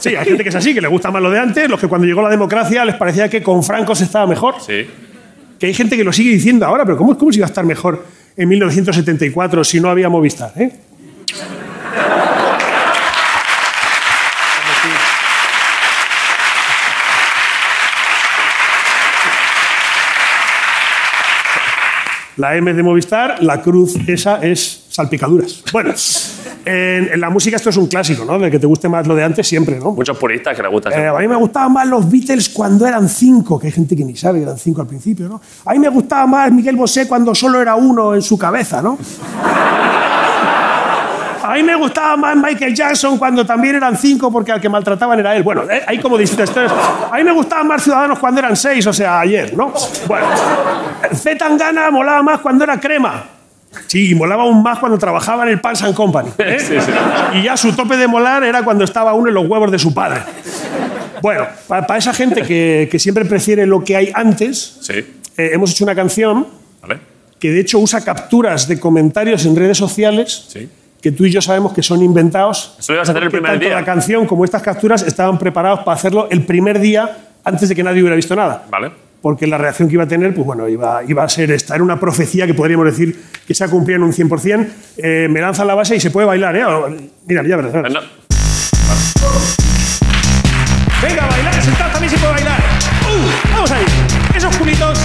[SPEAKER 3] Sí, hay gente que es así, que le gusta más lo de antes, los que cuando llegó la democracia les parecía que con Franco se estaba mejor,
[SPEAKER 2] Sí.
[SPEAKER 3] que hay gente que lo sigue diciendo ahora, pero ¿cómo, cómo se iba a estar mejor en 1974 si no había Movistar? eh? La M de Movistar, la cruz esa es salpicaduras. Bueno, en, en la música esto es un clásico, ¿no? De que te guste más lo de antes siempre, ¿no?
[SPEAKER 2] Muchos puristas que les gusta.
[SPEAKER 3] Eh,
[SPEAKER 2] siempre.
[SPEAKER 3] a mí me gustaban más los Beatles cuando eran cinco, que hay gente que ni sabe que eran cinco al principio, ¿no? A mí me gustaba más Miguel Bosé cuando solo era uno en su cabeza, ¿no? A mí me gustaba más Michael Jackson cuando también eran cinco porque al que maltrataban era él. Bueno, eh, hay como distintas historias. A mí me gustaban más Ciudadanos cuando eran seis, o sea, ayer, ¿no? Bueno, Z Tangana molaba más cuando era crema. Sí, y molaba aún más cuando trabajaba en el Pans and Company. ¿eh?
[SPEAKER 2] Sí, sí.
[SPEAKER 3] Y ya su tope de molar era cuando estaba uno en los huevos de su padre. Bueno, para esa gente que, que siempre prefiere lo que hay antes,
[SPEAKER 2] Sí.
[SPEAKER 3] eh, hemos hecho una canción
[SPEAKER 2] ¿Vale?
[SPEAKER 3] que de hecho usa capturas de comentarios en redes sociales
[SPEAKER 2] Sí.
[SPEAKER 3] que tú y yo sabemos que son inventados.
[SPEAKER 2] Eso lo ibas a hacer el
[SPEAKER 3] porque
[SPEAKER 2] primer
[SPEAKER 3] tanto
[SPEAKER 2] día.
[SPEAKER 3] la canción como estas capturas estaban preparados para hacerlo el primer día antes de que nadie hubiera visto nada.
[SPEAKER 2] Vale.
[SPEAKER 3] Porque la reacción que iba a tener, pues bueno, iba, iba a ser esta. Era una profecía que podríamos decir que se ha cumplido en un 100%. Eh, me lanza la base y se puede bailar, ¿eh? O- Mira, ya verás. ya
[SPEAKER 2] Pues
[SPEAKER 3] verás.
[SPEAKER 2] No.
[SPEAKER 3] Venga, bailar, sentad también se puede bailar. Uh, vamos ahí. Esos culitos.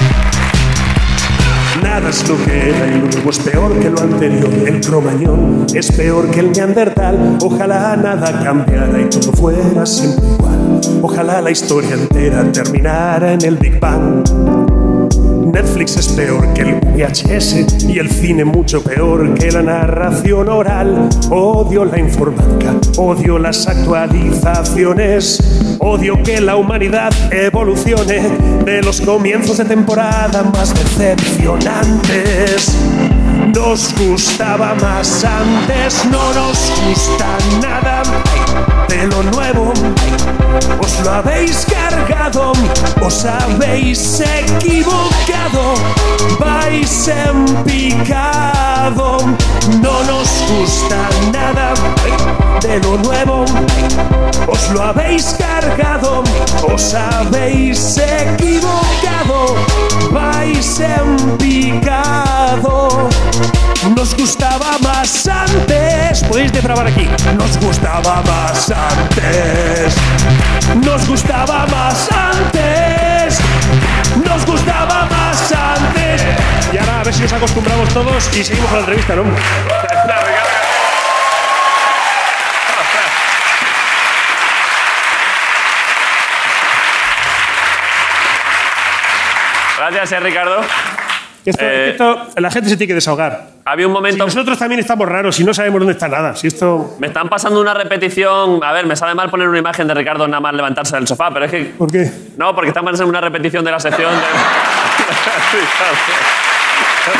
[SPEAKER 3] Nada es lo que era y lo nuevo es peor que lo anterior. El cromañón es peor que el neandertal. Ojalá nada cambiara y todo fuera siempre igual. Ojalá la historia entera terminara en el Big Bang. Netflix es peor que el VHS y el cine mucho peor que la narración oral. Odio la informática, odio las actualizaciones, odio que la humanidad evolucione de los comienzos de temporada más decepcionantes. Nos gustaba más antes, no nos gusta nada de lo nuevo. Os lo habéis cargado, os habéis equivocado, vais en picado. No nos gusta nada de lo nuevo. Os lo habéis cargado, os habéis equivocado, vais en picado. Nos gustaba más antes. Podéis depravar aquí. Nos gustaba más antes. Nos gustaba más antes. Nos gustaba más antes. Y ahora a ver si nos acostumbramos todos y seguimos con la entrevista, ¿no?
[SPEAKER 2] Gracias, eh, Ricardo.
[SPEAKER 3] Que Esto,
[SPEAKER 2] Eh.
[SPEAKER 3] que esto- la gente se tiene que desahogar.
[SPEAKER 2] Había un
[SPEAKER 3] Si
[SPEAKER 2] momento.
[SPEAKER 3] nosotros también estamos raros y no sabemos dónde está nada. Si esto.
[SPEAKER 2] Me están pasando una repetición. A ver, me sale mal poner una imagen de Ricardo nada más levantarse del sofá, pero es que.
[SPEAKER 3] ¿Por qué?
[SPEAKER 2] No, porque están pasando una repetición de la sección de.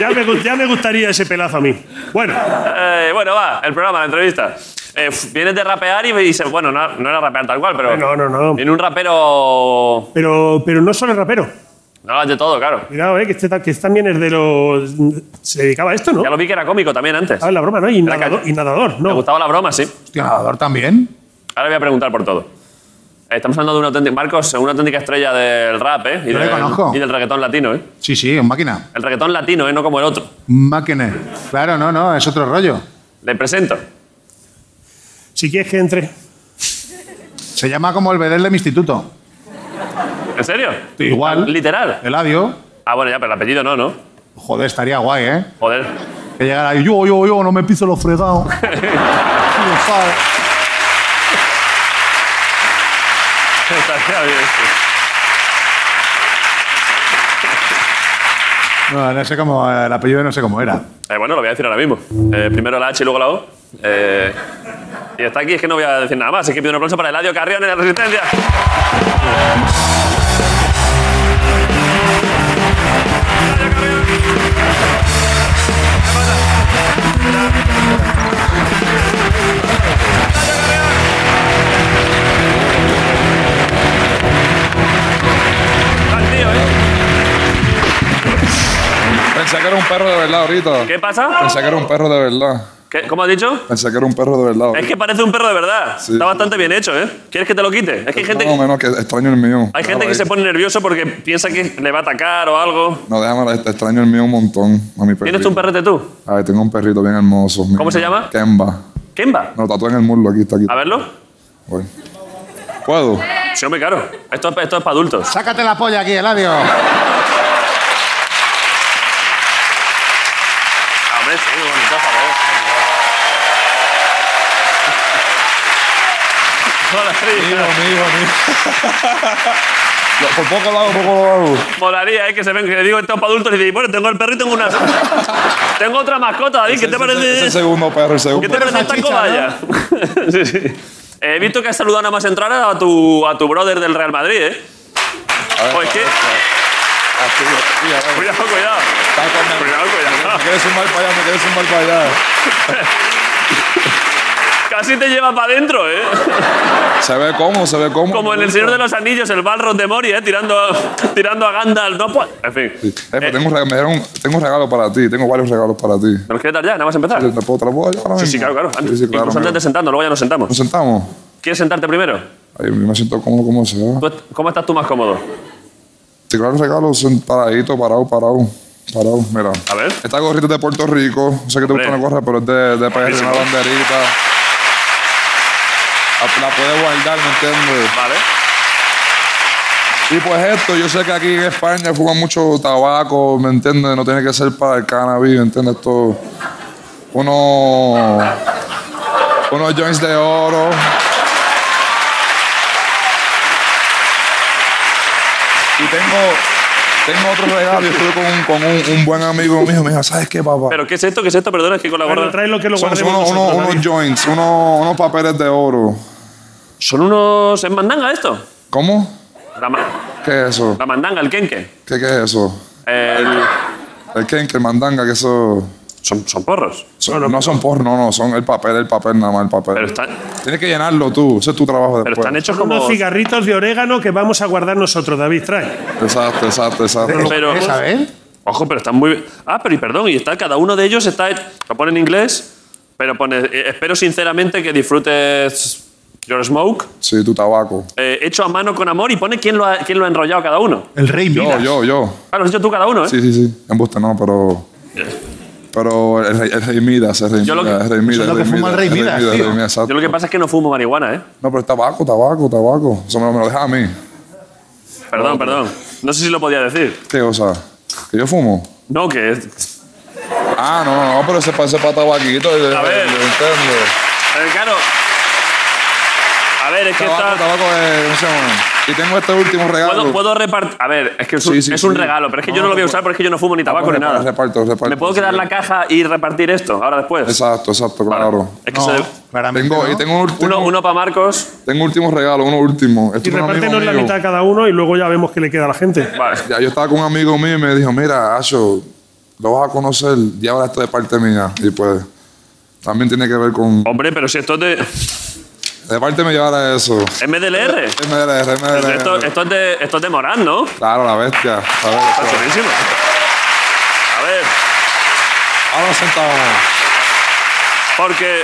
[SPEAKER 3] Ya me, gu- ya me gustaría ese pelazo a mí. Bueno,
[SPEAKER 2] Eh, bueno, va, el programa, la entrevista. Eh, f- vienes de rapear y, y se- bueno, no, no era rapear tal cual, pero.
[SPEAKER 3] no, no, no.
[SPEAKER 2] Viene un rapero.
[SPEAKER 3] Pero, pero no solo el rapero.
[SPEAKER 2] No lo has de todo, claro.
[SPEAKER 3] Cuidado, eh, que este, ta- que este también es de los. Se dedicaba a esto, ¿no?
[SPEAKER 2] Ya lo vi que era cómico también antes.
[SPEAKER 3] ¿Sabes la broma, no? Y
[SPEAKER 2] Era
[SPEAKER 3] nadador,
[SPEAKER 2] calle.
[SPEAKER 3] y nadador,
[SPEAKER 2] Me
[SPEAKER 3] ¿no?
[SPEAKER 2] gustaba la broma, sí.
[SPEAKER 5] Hostia, nadador también.
[SPEAKER 2] Ahora voy a preguntar por todo. Eh, Estamos hablando de un auténtico. Marcos, una auténtica estrella del rap, ¿eh? Y,
[SPEAKER 5] Yo le
[SPEAKER 2] del,
[SPEAKER 5] conozco.
[SPEAKER 2] y del reggaetón latino, ¿eh?
[SPEAKER 5] Sí, sí, un máquina.
[SPEAKER 2] El reggaetón latino, ¿eh? No como el otro.
[SPEAKER 5] Un máquina. Claro, no, no, es otro rollo.
[SPEAKER 2] Le presento.
[SPEAKER 3] Si quieres que entre.
[SPEAKER 5] Se llama como el bedel de mi instituto.
[SPEAKER 2] ¿En serio?
[SPEAKER 5] Igual.
[SPEAKER 2] Literal.
[SPEAKER 5] Eladio.
[SPEAKER 2] Ah, bueno, ya, pero el apellido no, ¿no?
[SPEAKER 5] Joder, estaría guay, ¿eh?
[SPEAKER 2] Joder.
[SPEAKER 5] Que llegara ahí, yo, yo, yo, no me piso los fregados. Sí, lo sabe.
[SPEAKER 2] Estaría bien, sí.
[SPEAKER 5] No, no sé cómo, el apellido no sé cómo era.
[SPEAKER 2] Eh, bueno, lo voy a decir ahora mismo. Eh, primero la H y luego la O. Eh, y está aquí, es que no voy a decir nada más. Así que pido un aplauso para Eladio Carrión en la Resistencia. Está el tío, ¿eh?
[SPEAKER 8] Pensé que era un perro de verdad ahorita.
[SPEAKER 2] ¿Qué pasa?
[SPEAKER 8] Pensé que era un perro de verdad.
[SPEAKER 2] ¿Qué- ¿Cómo has dicho?
[SPEAKER 8] Pensé que era un perro de verdad.
[SPEAKER 2] Es
[SPEAKER 8] ahorita.
[SPEAKER 2] que parece un perro de verdad.
[SPEAKER 8] Sí,
[SPEAKER 2] Está
[SPEAKER 8] sí,
[SPEAKER 2] bastante bien hecho, ¿eh? ¿Quieres que te lo quite? Es que hay gente,
[SPEAKER 8] Más o menos que extraño el mío.
[SPEAKER 2] hay gente
[SPEAKER 8] Déjalo
[SPEAKER 2] que se
[SPEAKER 8] ahí.
[SPEAKER 2] pone nervioso porque piensa que le va a atacar o algo.
[SPEAKER 8] No, déjame, este extraño el mío un montón. A mi perrito.
[SPEAKER 2] ¿Tienes tú un perrete tú?
[SPEAKER 8] A ver, tengo un perrito bien hermoso. mira.
[SPEAKER 2] se llama?
[SPEAKER 8] Kemba.
[SPEAKER 2] ¿Kemba?
[SPEAKER 8] No, tatúa en el muslo, aquí está, aquí.
[SPEAKER 2] A verlo.
[SPEAKER 8] Voy. ¿Puedo?
[SPEAKER 2] Sí, hombre, claro. Esto, es- esto es para adultos.
[SPEAKER 5] Sácate la polla aquí, Eladio.
[SPEAKER 2] Ah, Hombre, sí, muy bonito, joder. Hola,
[SPEAKER 8] Mío,
[SPEAKER 2] sí.
[SPEAKER 8] mío, mío. Lo- por poco lo hago, por poco lo hago.
[SPEAKER 2] Molaría, ¿eh? Que se ven, que le digo esto es para adultos y dice, bueno, tengo el perro y tengo una. tengo otra mascota, David, ¿qué te
[SPEAKER 8] Ese-
[SPEAKER 2] parece?
[SPEAKER 8] ese segundo perro, el segundo
[SPEAKER 2] ¿Qué te
[SPEAKER 8] perro.
[SPEAKER 2] parece esta
[SPEAKER 5] salchicha,
[SPEAKER 2] cobaya? sí, sí. He visto que has saludado nada más entrar a tu, a tu brother del Real Madrid, ¿eh?
[SPEAKER 8] A ver,
[SPEAKER 2] Pues, ¿qué?
[SPEAKER 8] Así, así, a ver.
[SPEAKER 2] Cuidado, cuidado.
[SPEAKER 8] Está con-
[SPEAKER 2] Cuidado, cuidado.
[SPEAKER 8] Me quieres sumar para allá, me quieres sumar para allá.
[SPEAKER 2] Casi te lleva para adentro, ¿eh?
[SPEAKER 8] Se ve cómo, se ve cómo.
[SPEAKER 2] Como en El Señor de los Anillos, el Balrog de Mori, ¿eh? Tirando a, tirando a Gandalf. No, pues, en fin.
[SPEAKER 8] Eh, pero tengo, un regalo, me dieron- tengo un regalo para ti, tengo varios regalos para ti.
[SPEAKER 2] ¿Me los quieres dar ya? Nada más empezar.
[SPEAKER 8] ¿Te puedo, te lo puedo dar ahora
[SPEAKER 2] Sí, sí,
[SPEAKER 8] mismo?
[SPEAKER 2] claro, claro. Antes,
[SPEAKER 8] Sí, sí, claro,
[SPEAKER 2] incluso antes
[SPEAKER 8] mira.
[SPEAKER 2] de sentarnos, luego ya nos sentamos.
[SPEAKER 8] ¿Nos sentamos?
[SPEAKER 2] ¿Quieres sentarte primero?
[SPEAKER 8] Ay, me siento cómodo como sea.
[SPEAKER 2] ¿Tú est- ¿Cómo estás tú más cómodo?
[SPEAKER 8] Te claro, regalos sentadito, parado, parado. Parado, mira.
[SPEAKER 2] A ver.
[SPEAKER 8] Esta gorrita es de Puerto Rico. Sé que te
[SPEAKER 2] Hombre.
[SPEAKER 8] gusta una gorra, pero es de, de PR,
[SPEAKER 2] Buenísimo.
[SPEAKER 8] una banderita. La, la puedes guardar, ¿me entiendes?
[SPEAKER 2] Vale.
[SPEAKER 8] Y pues esto, yo sé que aquí en España fuman mucho tabaco, ¿me entiendes? No tiene que ser para el cannabis, ¿me entiendes? Esto. Uno. Unos joints de oro. Y tengo. Tengo otro regalo. Yo estuve con, un, con un, un buen amigo mío. Me dijo, ¿sabes qué, papá?
[SPEAKER 2] ¿Pero qué es esto? ¿Qué es esto? Perdona, es que con la
[SPEAKER 3] Bueno,
[SPEAKER 2] gorra...
[SPEAKER 3] trae lo que lo
[SPEAKER 8] Son, son
[SPEAKER 3] guardemos
[SPEAKER 8] unos,
[SPEAKER 3] nosotros,
[SPEAKER 8] unos-
[SPEAKER 3] David.
[SPEAKER 8] unos joints, unos, unos papeles de oro.
[SPEAKER 2] ¿Son unos... ¿Es mandanga esto?
[SPEAKER 8] ¿Cómo?
[SPEAKER 2] La, ma-
[SPEAKER 8] ¿Qué es eso?
[SPEAKER 2] la mandanga, el kenke.
[SPEAKER 8] ¿Qué, qué es eso?
[SPEAKER 2] El-
[SPEAKER 8] El kenke, el mandanga, que eso...
[SPEAKER 2] Son, son porros.
[SPEAKER 8] son- no son por, no, no, son el papel, el papel nada más, el papel.
[SPEAKER 2] Pero están,
[SPEAKER 8] Tienes que llenarlo tú, ese es tu trabajo
[SPEAKER 2] pero
[SPEAKER 8] después.
[SPEAKER 2] están hechos
[SPEAKER 3] Unos
[SPEAKER 2] como...
[SPEAKER 3] cigarritos de orégano que vamos a guardar nosotros, David, trae.
[SPEAKER 8] Exacto, exacto, exacto.
[SPEAKER 2] Pero-
[SPEAKER 5] ¿Qué sabes?
[SPEAKER 2] Ojo, pero están muy... Ah, pero y perdón, y está cada uno de ellos está... Lo pone en inglés, pero pone... eh, Espero sinceramente que disfrutes your smoke,
[SPEAKER 8] Sí, tu tabaco.
[SPEAKER 2] eh, hecho a mano con amor, y pone quién lo ha, quién lo ha enrollado cada uno.
[SPEAKER 5] El rey
[SPEAKER 8] Yo,
[SPEAKER 5] Midas.
[SPEAKER 8] yo, yo.
[SPEAKER 2] Claro, has hecho tú cada uno, ¿eh?
[SPEAKER 8] Sí, sí, sí. En buste no, pero... Pero el rey, el rey Midas, el rey
[SPEAKER 2] Yo lo que-
[SPEAKER 8] Midas, el rey
[SPEAKER 5] es
[SPEAKER 8] Midas.
[SPEAKER 5] lo que fuma el rey Midas, tío.
[SPEAKER 2] Yo lo que pasa es que no fumo marihuana, ¿eh?
[SPEAKER 8] No, pero es tabaco, tabaco, tabaco. Eso me lo, me lo deja a mí.
[SPEAKER 2] Perdón, perdón. No sé si lo podía decir.
[SPEAKER 8] ¿Qué cosa? ¿Que yo fumo?
[SPEAKER 2] No, que es...
[SPEAKER 8] Ah, no, no, no, pero ese parece para tabaquito. eh,
[SPEAKER 2] A ver.
[SPEAKER 8] eh, Entiendo.
[SPEAKER 2] Eh, claro. A ver, es que
[SPEAKER 8] Tabaco,
[SPEAKER 2] está...
[SPEAKER 8] tabaco, eh, ¿cómo se llama? Y tengo este último regalo.
[SPEAKER 2] ¿Puedo, puedo repartir. A ver, es que es un,
[SPEAKER 8] Sí, sí,
[SPEAKER 2] es un
[SPEAKER 8] sí.
[SPEAKER 2] regalo, pero es que
[SPEAKER 8] No,
[SPEAKER 2] yo no
[SPEAKER 8] no,
[SPEAKER 2] lo voy a
[SPEAKER 8] pues-
[SPEAKER 2] usar porque es que yo no fumo ni tabaco
[SPEAKER 8] pues
[SPEAKER 2] ni nada.
[SPEAKER 8] reparto, reparto,
[SPEAKER 2] ¿Me puedo
[SPEAKER 8] sí,
[SPEAKER 2] quedar
[SPEAKER 8] bien.
[SPEAKER 2] la caja y repartir esto ahora después?
[SPEAKER 8] Exacto, exacto, claro.
[SPEAKER 2] Es que
[SPEAKER 5] No,
[SPEAKER 2] se debe-
[SPEAKER 5] claramente
[SPEAKER 8] Tengo,
[SPEAKER 5] no.
[SPEAKER 8] y tengo un último,
[SPEAKER 2] uno, uno para Marcos.
[SPEAKER 8] tengo un último regalo, uno último. Esto
[SPEAKER 3] Y
[SPEAKER 8] es un amigo
[SPEAKER 3] repártenos la
[SPEAKER 8] mío.
[SPEAKER 3] mitad a cada uno y luego ya vemos qué le queda a la gente.
[SPEAKER 2] Vale.
[SPEAKER 8] Ya, yo estaba con un amigo mío y me dijo, mira, Acho, lo vas a conocer, llévala esto de parte mía. Y pues, también tiene que ver con...
[SPEAKER 2] Hombre, pero si esto es de.
[SPEAKER 8] De parte me llevará eso.
[SPEAKER 2] Es MDLR.
[SPEAKER 8] MLR, MLR.
[SPEAKER 2] Esto, esto es de, esto es de Morán, ¿no?
[SPEAKER 8] Claro, la bestia. La
[SPEAKER 2] Está
[SPEAKER 8] bestia.
[SPEAKER 2] chulísimo. A ver,
[SPEAKER 8] Ahora sentamos.
[SPEAKER 2] porque.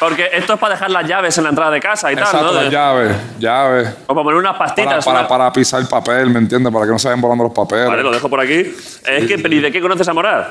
[SPEAKER 2] Porque esto es para dejar las llaves en la entrada de casa y tal,
[SPEAKER 8] Exacto,
[SPEAKER 2] ¿no?
[SPEAKER 8] las
[SPEAKER 2] De-
[SPEAKER 8] llaves, llaves.
[SPEAKER 2] o para poner unas
[SPEAKER 8] Para,
[SPEAKER 2] pastitas.
[SPEAKER 8] para,
[SPEAKER 2] una-
[SPEAKER 8] para pisar papel, ¿me entiendes? Para que no se vayan volando los papeles.
[SPEAKER 2] Vale, lo dejo por aquí. Es que, pero ¿y de qué conoces a Morán?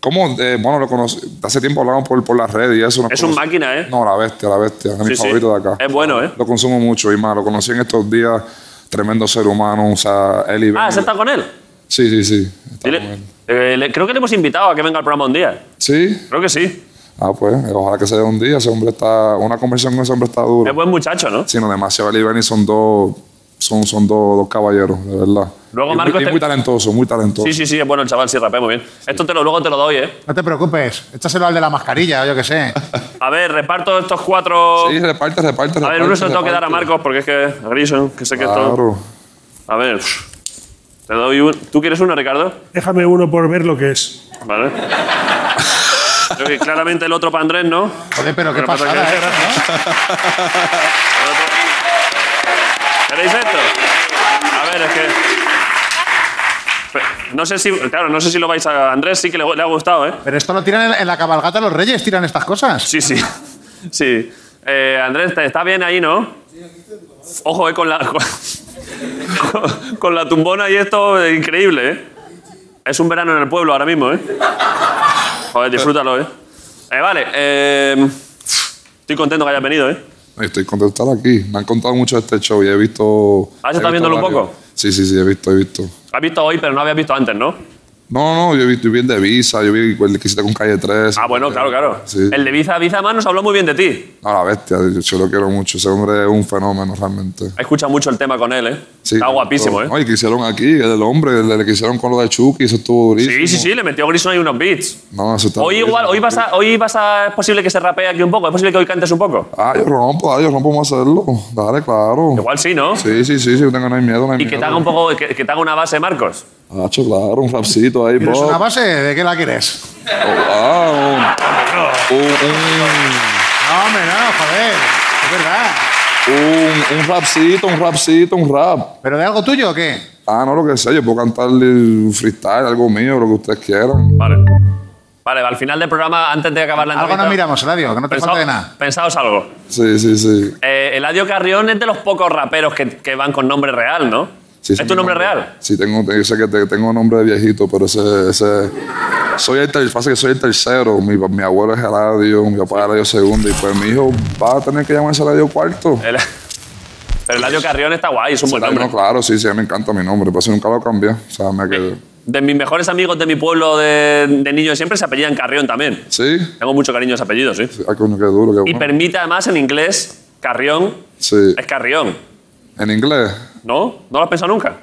[SPEAKER 8] ¿Cómo? Eh, bueno, lo conocí. Hace tiempo hablábamos por, por las redes y eso. nos
[SPEAKER 2] Es un
[SPEAKER 8] conocí-
[SPEAKER 2] máquina, ¿eh?
[SPEAKER 8] No, la bestia, la bestia. Es mi
[SPEAKER 2] Sí, sí.
[SPEAKER 8] favorito de acá.
[SPEAKER 2] Es bueno, ¿eh?
[SPEAKER 8] Lo consumo mucho y más. Lo conocí en estos días. Tremendo ser humano. O sea, él y
[SPEAKER 2] Ah,
[SPEAKER 8] Benny-
[SPEAKER 2] ¿se está con él?
[SPEAKER 8] Sí, sí, sí. Está
[SPEAKER 2] Dile-
[SPEAKER 8] bueno.
[SPEAKER 2] eh, le- creo que le hemos invitado a que venga al programa un día.
[SPEAKER 8] ¿Sí?
[SPEAKER 2] Creo que sí.
[SPEAKER 8] Ah, pues, ojalá que sea un día. Ese hombre está... Una conversación con ese hombre está duro.
[SPEAKER 2] Es buen muchacho, ¿no?
[SPEAKER 8] Sí, no, demasiado. Él y Benny son dos... Son, son dos, dos caballeros, de verdad.
[SPEAKER 2] Luego
[SPEAKER 8] Y muy-
[SPEAKER 2] Marco
[SPEAKER 8] y
[SPEAKER 2] te-
[SPEAKER 8] muy talentoso, muy talentoso.
[SPEAKER 2] Sí, sí, sí, es bueno el chaval, sí, rapea muy bien. Esto te lo, luego te lo doy, ¿eh?
[SPEAKER 5] No te preocupes, échaselo al de la mascarilla, yo qué sé.
[SPEAKER 2] A ver, reparto estos cuatro.
[SPEAKER 8] Sí, reparte, reparte,
[SPEAKER 2] a ver,
[SPEAKER 8] reparte,
[SPEAKER 2] uno se lo tengo que
[SPEAKER 8] reparte.
[SPEAKER 2] dar a Marcos porque es que. A Grison, que sé que esto.
[SPEAKER 8] Claro.
[SPEAKER 2] A ver. Te doy un. ¿Tú quieres uno, Ricardo?
[SPEAKER 3] Déjame uno por ver lo que es.
[SPEAKER 2] Vale. Creo que claramente el otro para Andrés, ¿no?
[SPEAKER 5] Joder, pero qué
[SPEAKER 2] Pero pasa
[SPEAKER 5] pasada,
[SPEAKER 2] que-
[SPEAKER 5] ¿eh?
[SPEAKER 2] ¿Queréis esto? A ver, es que. Pero No sé si. Claro, no sé si lo vais a. Andrés sí que le, le ha gustado, ¿eh?
[SPEAKER 5] Pero esto lo tiran en- en la cabalgata los reyes, tiran estas cosas.
[SPEAKER 2] Sí, sí. Sí. Eh, Andrés, te está bien ahí, ¿no? Ojo, eh, con la. Con, con la tumbona y esto, eh, increíble, ¿eh? Es un verano en el pueblo ahora mismo, ¿eh? Joder, disfrútalo, ¿eh? Eh, vale, eh, estoy contento que hayas venido, ¿eh?
[SPEAKER 8] Estoy contento de estar aquí. Me han contado mucho de este show y he visto.
[SPEAKER 2] Ah, ¿se
[SPEAKER 8] he
[SPEAKER 2] está
[SPEAKER 8] visto
[SPEAKER 2] viéndolo un
[SPEAKER 8] varios.
[SPEAKER 2] poco?
[SPEAKER 8] Sí, sí, sí, he visto, he visto.
[SPEAKER 2] Has visto hoy, pero no habías visto antes, ¿no?
[SPEAKER 8] No, no, yo, he visto, yo vi el de Visa, yo vi el que hiciste con Calle 3.
[SPEAKER 2] Ah, bueno, claro, claro.
[SPEAKER 8] Sí.
[SPEAKER 2] El de Biza, Biza además nos habló muy bien de ti.
[SPEAKER 8] No, la bestia, yo, yo lo quiero mucho. Ese hombre es un fenómeno realmente.
[SPEAKER 2] He escuchado mucho el tema con él, ¿eh?
[SPEAKER 8] Sí,
[SPEAKER 2] Está
[SPEAKER 8] tanto-
[SPEAKER 2] guapísimo, ¿eh?
[SPEAKER 8] No, y que hicieron aquí, el del hombre, el de- el que hicieron con lo de Chucky, eso estuvo durísimo.
[SPEAKER 2] Sí, sí, sí, le metió Grison ahí unos beats.
[SPEAKER 8] No, eso está
[SPEAKER 2] Hoy
[SPEAKER 8] durísimo.
[SPEAKER 2] igual, hoy vas a, hoy vas a, es posible que se rapee aquí un poco, es posible que hoy cantes un poco.
[SPEAKER 8] Ah, yo rompo, ah, yo rompo, vamos a hacerlo. Dale, claro.
[SPEAKER 2] Igual sí, ¿no?
[SPEAKER 8] Sí, sí, sí, sí, no tengo no hay miedo, no hay
[SPEAKER 2] Y
[SPEAKER 8] miedo.
[SPEAKER 2] que te haga un poco, que, que te haga una base, Marcos.
[SPEAKER 8] Ah, claro, un rapcito ahí,
[SPEAKER 5] ¿Quieres
[SPEAKER 8] pop.
[SPEAKER 5] una base? ¿De qué la quieres?
[SPEAKER 8] Ah, un- un- un-
[SPEAKER 5] No, hombre, no, joder. Es verdad.
[SPEAKER 8] Un, un rapcito, un rapcito, un rap.
[SPEAKER 5] ¿Pero de algo tuyo o qué?
[SPEAKER 8] Ah, no, lo que sea, yo puedo cantarle un freestyle, algo mío, lo que ustedes quieran.
[SPEAKER 2] Vale. Vale, al final del programa, antes de acabar la
[SPEAKER 5] Algo
[SPEAKER 2] entrevista...
[SPEAKER 5] nos miramos, radio, que no te
[SPEAKER 2] pensao-
[SPEAKER 5] falta de nada.
[SPEAKER 2] Pensaos algo.
[SPEAKER 8] Sí, sí, sí.
[SPEAKER 2] Eh, Eladio Carrión es de los pocos raperos que, que van con nombre real, ¿no?
[SPEAKER 8] sí sí,
[SPEAKER 2] ¿Es tu
[SPEAKER 8] mi
[SPEAKER 2] nombre real?
[SPEAKER 8] Sí, tengo, yo sé que te- tengo nombre de viejito, pero ese... ese soy el tercero, que soy el tercero. Mi, pa- mi abuelo es Eladio, mi papá es Eladio segundo, y pues mi hijo va a tener que llamarse Eladio cuarto.
[SPEAKER 2] El- Pero Eladio Carrión está guay, es un buen
[SPEAKER 8] Eladio,
[SPEAKER 2] nombre.
[SPEAKER 8] no, claro, sí, sí, a mí me encanta mi nombre, pero eso nunca lo cambié. O sea, me quedé...
[SPEAKER 2] De mis mejores amigos de mi pueblo de, de niño siempre se apellidan Carrión también.
[SPEAKER 8] ¿Sí?
[SPEAKER 2] Tengo mucho cariño a ese apellido, sí.
[SPEAKER 8] Ay, coño, qué duro, qué
[SPEAKER 2] Y
[SPEAKER 8] bueno.
[SPEAKER 2] permite además en inglés, Carrión
[SPEAKER 8] Sí.
[SPEAKER 2] es Carrión,
[SPEAKER 8] ¿En inglés?
[SPEAKER 2] ¿no? ¿No lo has pensado nunca?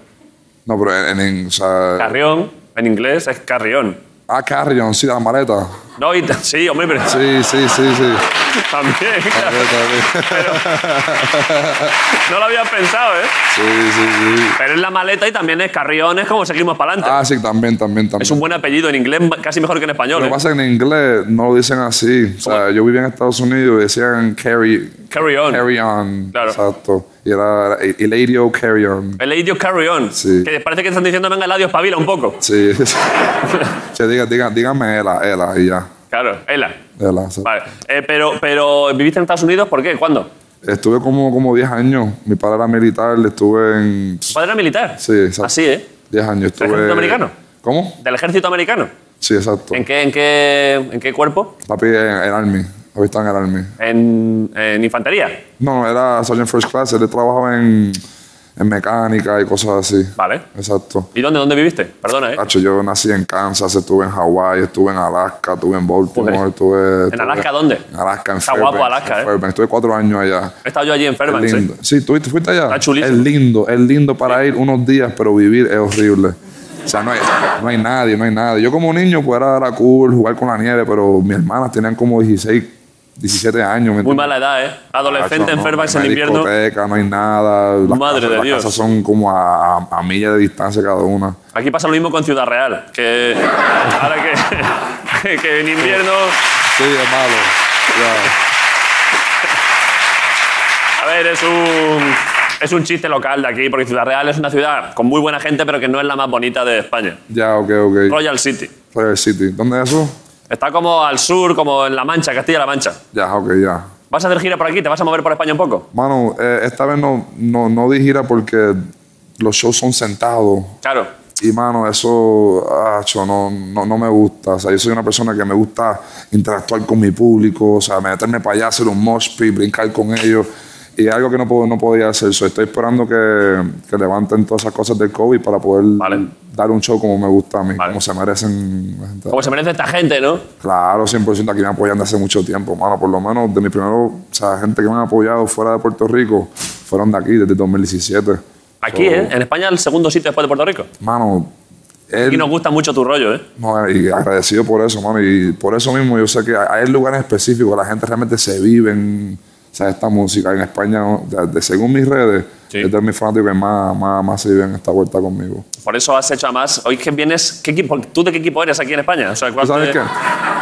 [SPEAKER 8] No, pero en... en o sea,
[SPEAKER 2] Carrión en inglés es Carrión.
[SPEAKER 8] Ah, Carrion, sí, la maleta.
[SPEAKER 2] No, y, sí, hombre, pero
[SPEAKER 8] Sí, sí, sí, sí.
[SPEAKER 2] también.
[SPEAKER 8] A ver, a ver.
[SPEAKER 2] No lo había pensado, ¿eh?
[SPEAKER 8] Sí, sí, sí.
[SPEAKER 2] Pero es la maleta y también es Carrión, es como seguimos para adelante.
[SPEAKER 8] Ah, sí, también, también, también.
[SPEAKER 2] Es un buen apellido en inglés, casi mejor que en español.
[SPEAKER 8] Lo que
[SPEAKER 2] ¿eh?
[SPEAKER 8] pasa es que en inglés no lo dicen así. O sea, yo vivía en Estados Unidos y decían carry,
[SPEAKER 2] Carry on.
[SPEAKER 8] carry on.
[SPEAKER 2] Claro.
[SPEAKER 8] Exacto. Y era era el Eladio carry on.
[SPEAKER 2] El idiot carry on.
[SPEAKER 8] Sí.
[SPEAKER 2] Que parece que te están diciendo, venga, Eladio, espabila un poco.
[SPEAKER 8] Sí. o sea, diga, diga, dígame Ela, Ela y ya.
[SPEAKER 2] Claro, Ela.
[SPEAKER 8] Ela, o sea.
[SPEAKER 2] Vale. Eh, pero, pero, ¿viviste en Estados Unidos? ¿Por qué? ¿Cuándo?
[SPEAKER 8] Estuve como, como 10 años. Mi padre era militar, estuve en
[SPEAKER 2] ¿Tu padre era militar?
[SPEAKER 8] Sí, exacto.
[SPEAKER 2] Así, ¿eh?
[SPEAKER 8] 10 años. Estuve...
[SPEAKER 2] ejército americano?
[SPEAKER 8] ¿Cómo?
[SPEAKER 2] ¿Del ejército americano?
[SPEAKER 8] Sí, exacto.
[SPEAKER 2] ¿En qué, en qué, en qué cuerpo?
[SPEAKER 8] Papi en, en Army. Papi estaba en el Army.
[SPEAKER 2] En, en infantería.
[SPEAKER 8] No, no, era Sergeant First Class, él trabajaba en, en mecánica y cosas así.
[SPEAKER 2] Vale.
[SPEAKER 8] Exacto.
[SPEAKER 2] ¿Y dónde, dónde viviste? Perdona, ¿eh?
[SPEAKER 8] Hacho, yo nací en Kansas, estuve en Hawái, estuve en Alaska, estuve en Baltimore,
[SPEAKER 2] Joder.
[SPEAKER 8] estuve,
[SPEAKER 2] ¿En
[SPEAKER 8] estuve-
[SPEAKER 2] Alaska dónde?
[SPEAKER 8] En Alaska, en
[SPEAKER 2] Está
[SPEAKER 8] Fairbanks,
[SPEAKER 2] guapo Alaska,
[SPEAKER 8] en
[SPEAKER 2] ¿eh?
[SPEAKER 8] Fairbanks. Estuve cuatro años allá.
[SPEAKER 2] He estado yo allí en Fairbanks,
[SPEAKER 8] es
[SPEAKER 2] ¿eh?
[SPEAKER 8] lindo. Sí, ¿tú fuiste- fuiste allá?
[SPEAKER 2] Está chulísimo.
[SPEAKER 8] Es lindo, es lindo para ir unos días, pero vivir es horrible. O sea, no hay, no hay nadie, no hay nadie. Yo como niño, pues era, era cool jugar con la nieve, pero mis hermanas tenían como 16, 17 años. ¿me
[SPEAKER 2] Muy
[SPEAKER 8] entiendes?
[SPEAKER 2] mala edad, ¿eh?
[SPEAKER 8] Macho,
[SPEAKER 2] Adolescente
[SPEAKER 8] Ah, no, eh.
[SPEAKER 2] en Fairbanks
[SPEAKER 8] no
[SPEAKER 2] en
[SPEAKER 8] hay
[SPEAKER 2] invierno.
[SPEAKER 8] discoteca, no hay nada. Las
[SPEAKER 2] Madre
[SPEAKER 8] casas,
[SPEAKER 2] de
[SPEAKER 8] las
[SPEAKER 2] Dios.
[SPEAKER 8] casas son como a, a- a millas de distancia cada una.
[SPEAKER 2] Aquí pasa lo mismo con Ciudad Real, que ahora que, que, en invierno...
[SPEAKER 8] Sí, es malo. Ya.
[SPEAKER 2] A ver, es un, es un chiste local de aquí, porque Ciudad Real es una ciudad con muy buena gente, pero que no es la más bonita de España.
[SPEAKER 8] Ya, ok, ok.
[SPEAKER 2] Royal City.
[SPEAKER 8] Royal City. ¿Dónde es eso?
[SPEAKER 2] Está como al sur, como en La Mancha, Castilla-La Mancha.
[SPEAKER 8] Ya, ok, ya.
[SPEAKER 2] ¿Vas a hacer gira por aquí? ¿Te vas a mover por España un poco?
[SPEAKER 8] Mano, eh, esta vez no, no, no di gira porque los shows son sentados.
[SPEAKER 2] Claro.
[SPEAKER 8] Y mano, eso, acho, no, no, no me gusta. O sea, yo soy una persona que me gusta interactuar con mi público, o sea, meterme para allá, hacer un mosh pit, brincar con ellos. Y es algo que no, puedo, no podía hacer. So, estoy esperando que, que levanten todas esas cosas del COVID para poder
[SPEAKER 2] Vale.
[SPEAKER 8] dar un show como me gusta a mí,
[SPEAKER 2] Vale.
[SPEAKER 8] como se merecen la gente.
[SPEAKER 2] Como se merece esta gente, ¿no?
[SPEAKER 8] Claro, 100% aquí me apoyan desde hace mucho tiempo, mano. Por lo menos de mi primero, o sea, gente que me ha apoyado fuera de Puerto Rico, fueron de aquí desde 2017.
[SPEAKER 2] Aquí,
[SPEAKER 8] So,
[SPEAKER 2] ¿eh? En España, el segundo sitio después de Puerto Rico.
[SPEAKER 8] Mano,
[SPEAKER 2] Aquí
[SPEAKER 8] él,
[SPEAKER 2] nos gusta mucho tu rollo, ¿eh?
[SPEAKER 8] no, y agradecido por eso, mano. Y por eso mismo yo sé que hay hay lugares específicos, la gente realmente se vive en o sea, esta música. En España, ¿no? De- de- según mis redes,
[SPEAKER 2] Sí.
[SPEAKER 8] este es mi fanático que más, más, más se vive en esta vuelta conmigo.
[SPEAKER 2] Por eso has hecho a más. Hoy que vienes, ¿qué equipo? ¿tú de qué equipo eres aquí en España? O sea, ¿cuál,
[SPEAKER 8] ¿Tú sabes
[SPEAKER 2] te,
[SPEAKER 8] qué?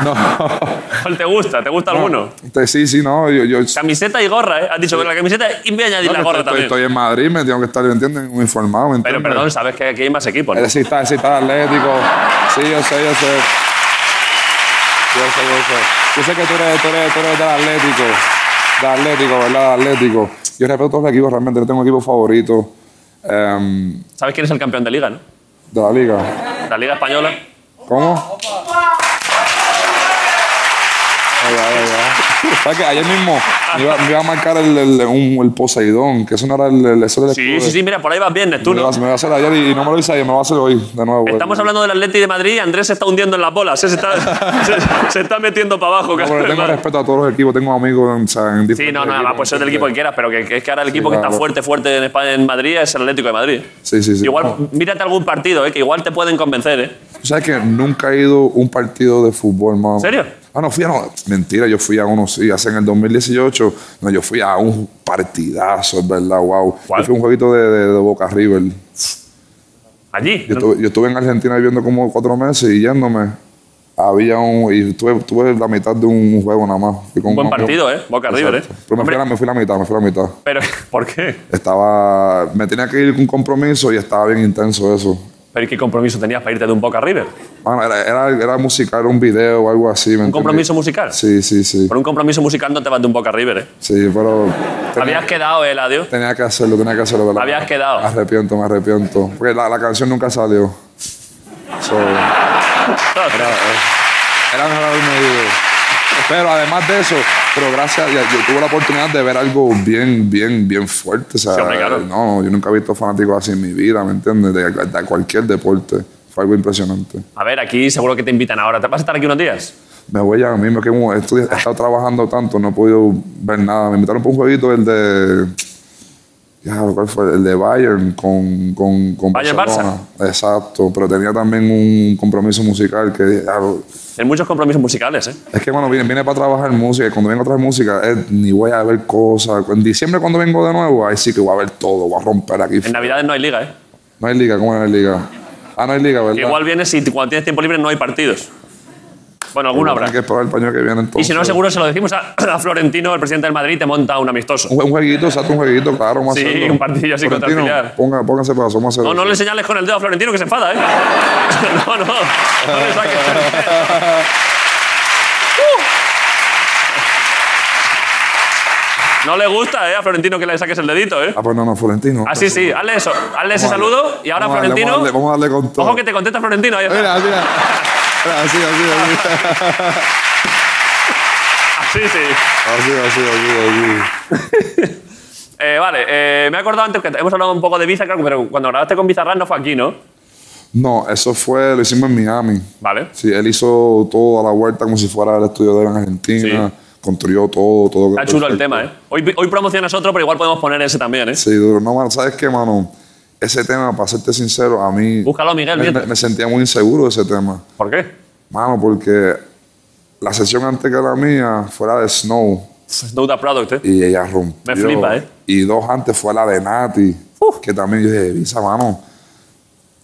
[SPEAKER 8] No.
[SPEAKER 2] cuál te gusta? ¿Te gusta alguno?
[SPEAKER 8] Este, sí, sí, no. Yo, yo,
[SPEAKER 2] Camiseta y gorra, ¿eh? Has dicho, pero la camiseta y voy a añadir
[SPEAKER 8] no, que
[SPEAKER 2] la gorra
[SPEAKER 8] estoy,
[SPEAKER 2] también.
[SPEAKER 8] estoy en Madrid, me tengo que estar, ¿me entienden? Informado, ¿me
[SPEAKER 2] pero
[SPEAKER 8] entiendes?
[SPEAKER 2] perdón, sabes que aquí hay más equipos, ¿no?
[SPEAKER 8] Ese sí está, ese está atlético. Sí, yo sé, yo sé. Yo sé, yo sé. Yo sé que tú eres, tú eres, tú eres del atlético. Del atlético, ¿verdad? Del atlético. Yo respeto todos los equipos, realmente. No tengo equipo favorito em,
[SPEAKER 2] ¿Sabes quién es el campeón de liga, no?
[SPEAKER 8] de la liga.
[SPEAKER 2] La Liga Española.
[SPEAKER 8] ¿Cómo? Ay, ay, ay, ay. ¿Sabes que Ayer mismo me iba, me iba a marcar el, el, un- el Poseidón, que eso no era el, el, eso era el
[SPEAKER 2] Sí,
[SPEAKER 8] escudo.
[SPEAKER 2] sí, sí, mira, por ahí vas bien,
[SPEAKER 8] Me lo
[SPEAKER 2] Neptuno.
[SPEAKER 8] iba a- me lo iba a hacer ayer y, y no me lo hice ayer, me lo voy a hacer hoy de nuevo. eh.
[SPEAKER 2] Estamos hablando del Atleti de Madrid y Andrés se está hundiendo en las bolas. ¿eh? Se, está, se, se está metiendo para abajo.
[SPEAKER 8] No, pero tengo
[SPEAKER 2] hermano.
[SPEAKER 8] respeto a todos los equipos, tengo amigos o sea, en
[SPEAKER 2] Sí,
[SPEAKER 8] diferentes
[SPEAKER 2] no, no,
[SPEAKER 8] equipos,
[SPEAKER 2] va, pues ser del equipo que quieras, pero que, que es que ahora el equipo que
[SPEAKER 8] claro.
[SPEAKER 2] está fuerte, fuerte en España, en Madrid, es el Atlético de Madrid.
[SPEAKER 8] Sí, sí, sí.
[SPEAKER 2] Igual, mírate algún partido, eh, que igual te pueden convencer, ¿eh?
[SPEAKER 8] Tú sabes que nunca he ido a un partido de fútbol, mano. ¿En
[SPEAKER 2] serio?
[SPEAKER 8] Ah, no, fui a no. Mentira, yo fui a uno, sí, hace en el 2018. No, yo fui a un partidazo, es verdad, wow.
[SPEAKER 2] ¿Cuál?
[SPEAKER 8] Yo fui a un jueguito de, de- de Boca River.
[SPEAKER 2] Allí.
[SPEAKER 8] Yo, estuve, yo estuve en Argentina viviendo como cuatro meses y yéndome. Había un. Y tuve, tuve la mitad de un juego nada más. Fui con
[SPEAKER 2] Un buen
[SPEAKER 8] un amigo.
[SPEAKER 2] partido, ¿eh? Boca River, ¿eh?
[SPEAKER 8] Exacto. Pero me fui, a la, me fui a la mitad, me fui a la mitad.
[SPEAKER 2] Pero, ¿por qué?
[SPEAKER 8] Estaba. Me tenía que ir con un compromiso y estaba bien intenso eso.
[SPEAKER 2] Pero ¿y ¿qué compromiso tenías para irte de un Boca River?
[SPEAKER 8] Mano, era, era, era musical, un video o algo así. ¿me
[SPEAKER 2] ¿Un
[SPEAKER 8] entiendes?
[SPEAKER 2] compromiso musical?
[SPEAKER 8] Sí, sí, sí.
[SPEAKER 2] Por un compromiso musical no te vas de un Boca River, ¿eh?
[SPEAKER 8] Sí, pero. Tenía,
[SPEAKER 2] Habías quedado, ¿eh, Eladio?
[SPEAKER 8] tenía que hacerlo, tenía que hacerlo. ¿verdad?
[SPEAKER 2] Habías quedado.
[SPEAKER 8] Arrepiento, me arrepiento. Porque la, la canción nunca salió. So, era, era mejor haberme ido. Pero además de eso, pero gracias, yo, yo tuve la oportunidad de ver algo bien, bien, bien fuerte. O sea,
[SPEAKER 2] Sí, hombre, claro.
[SPEAKER 8] no, yo nunca he visto fanáticos así en mi vida, ¿me entiendes? De, de cualquier deporte. Fue algo impresionante.
[SPEAKER 2] A ver, aquí seguro que te invitan ahora. ¿Te vas a estar aquí unos días?
[SPEAKER 8] Me voy a mí, me quemo. He estudi- he estado trabajando tanto, no he podido ver nada. Me invitaron para un jueguito, el de. Ya, ¿cuál fue? El de Bayern con, con, con
[SPEAKER 2] Bayern
[SPEAKER 8] Barcelona. Exacto, pero tenía también un compromiso musical que. ya,
[SPEAKER 2] Hay muchos compromisos musicales, ¿eh?
[SPEAKER 8] es que, bueno, viene, viene para trabajar música y cuando vengo a trabajar música, eh, ni voy a ver cosas. En diciembre, cuando vengo de nuevo, ahí sí que voy a ver todo, voy a romper aquí.
[SPEAKER 2] En Navidades no hay liga, ¿eh?
[SPEAKER 8] No hay liga, ¿cómo no hay liga? Ah, no hay liga, ¿verdad?
[SPEAKER 2] Igual vienes y cuando tienes tiempo libre no hay partidos. Bueno, alguno habrá.
[SPEAKER 8] Hay que esperar el paño que viene entonces.
[SPEAKER 2] Y si no, seguro se lo decimos a, a Florentino, el presidente del Madrid, te monta un amistoso.
[SPEAKER 8] Un, un jueguito, exacto, un jueguito, claro. vamos a
[SPEAKER 2] Sí,
[SPEAKER 8] hacerlo.
[SPEAKER 2] un partido así contra el
[SPEAKER 8] Florentino,
[SPEAKER 2] filial.
[SPEAKER 8] Ponga, póngase para eso, vamos a hacerlo.
[SPEAKER 2] No, no le señales con el dedo a Florentino que se enfada, ¿eh? No, no. no le saques el dedo. Uh. No le gusta, ¿eh? A Florentino que le saques el dedito, ¿eh?
[SPEAKER 8] Ah, pues no, no, Florentino.
[SPEAKER 2] Así sí, hazle eso. Hazle ese
[SPEAKER 8] Vamos a darle.
[SPEAKER 2] saludo y ahora
[SPEAKER 8] Vamos a darle,
[SPEAKER 2] Florentino.
[SPEAKER 8] Vamos a Eh. darle, vamos a darle con todo.
[SPEAKER 2] Ojo que te contesta Florentino. ¿eh? Ahí está.
[SPEAKER 8] Mira, mira. Mira, Así, así, así.
[SPEAKER 2] Así sí.
[SPEAKER 8] Así, así, así, así.
[SPEAKER 2] Eh, vale, eh, me he acordado antes que hemos hablado un poco de Bizarrap, pero cuando grabaste con Bizarrap no fue aquí, ¿no?
[SPEAKER 8] No, eso fue, lo hicimos en Miami.
[SPEAKER 2] Vale.
[SPEAKER 8] Sí, él hizo todo a la vuelta como si fuera el estudio de él en Argentina. Construyó todo, todo.
[SPEAKER 2] Está chulo el
[SPEAKER 8] perfecto.
[SPEAKER 2] tema, ¿eh? Hoy, hoy promocionas otro, pero igual podemos poner ese también, ¿eh?
[SPEAKER 8] Sí, duro. No, mano, ¿sabes qué, mano? Ese tema, para serte sincero, a mí.
[SPEAKER 2] Búscalo, Miguel,
[SPEAKER 8] me,
[SPEAKER 2] mientras.
[SPEAKER 8] me sentía muy inseguro de ese tema.
[SPEAKER 2] ¿Por qué?
[SPEAKER 8] Mano, porque la sesión antes que la mía fue la de Snow
[SPEAKER 2] Snowda Product, ¿eh?
[SPEAKER 8] y ella rompió.
[SPEAKER 2] Me flipa, ¿eh?
[SPEAKER 8] Y dos antes fue la de Nati,
[SPEAKER 2] Uf.
[SPEAKER 8] que también yo dije, Visa, mano,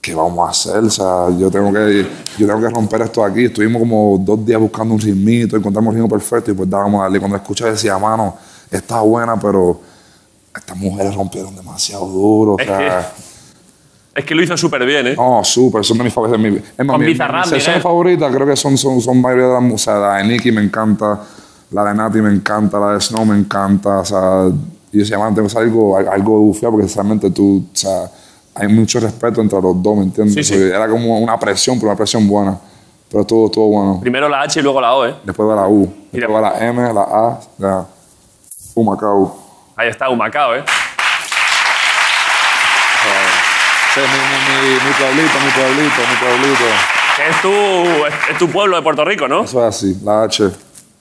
[SPEAKER 8] ¿qué vamos a hacer? O sea, yo tengo que, yo tengo que romper esto aquí. Estuvimos como dos días buscando un ritmito, encontramos un ritmo perfecto y pues dábamos a darle. Cuando escuché decía, mano, está buena, pero estas mujeres rompieron demasiado duro. O
[SPEAKER 2] Es
[SPEAKER 8] sea,
[SPEAKER 2] Es que lo hizo súper bien, ¿eh?
[SPEAKER 8] no, súper, son de mis favoritas. Mi- Es más,
[SPEAKER 2] Con
[SPEAKER 8] mi, mi,
[SPEAKER 2] Bizarrap,
[SPEAKER 8] mi sesión
[SPEAKER 2] Miguel.
[SPEAKER 8] favorita creo que son, son, son varias de las mu- o sea, La de Nicki me encanta, la de Nati me encanta, la de Snow me encanta. O sea, yo decía, mano, tengo que hacer algo, algo bufiado porque realmente tú, o sea, hay mucho respeto entre los dos, ¿me entiendes?
[SPEAKER 2] Sí, sí.
[SPEAKER 8] O sea, Era como una presión, pero una presión buena. Pero todo, todo bueno.
[SPEAKER 2] Primero la H y luego la O, ¿eh?
[SPEAKER 8] Después va la U,
[SPEAKER 2] Mira.
[SPEAKER 8] después va la M, la A, la U, Macao.
[SPEAKER 2] Ahí está, Humacao, ¿eh?
[SPEAKER 8] Sí, mi, mi- mi- mi pueblito, mi pueblito, mi pueblito.
[SPEAKER 2] Que es tu, es, es tu pueblo de Puerto Rico, ¿no?
[SPEAKER 8] Eso es así, la H.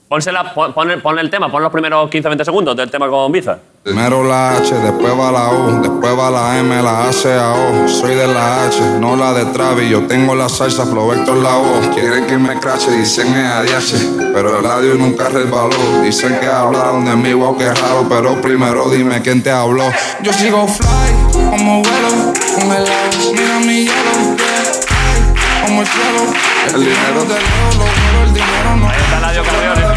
[SPEAKER 2] Pónsela, pon, ponle- ponle el tema, pon los primeros 15-20 segundos del tema con Biza.
[SPEAKER 8] Primero la H, después va la O, después va la M, la A, C, A, O. Soy de la H, no la de Travis, yo tengo la salsa, Flo Vector la O. Quieren que me crache, dicen es ADH, pero el radio nunca resbaló. Dicen que hablaron de mí, wow, qué raro, pero primero dime quién te habló. Yo sigo fly, como vuelo, congelado, mira mi hielo, yeah, como el cielo. El dinero del lolo, pero el dinero no
[SPEAKER 2] Ahí está el radio Carrión. ¿eh?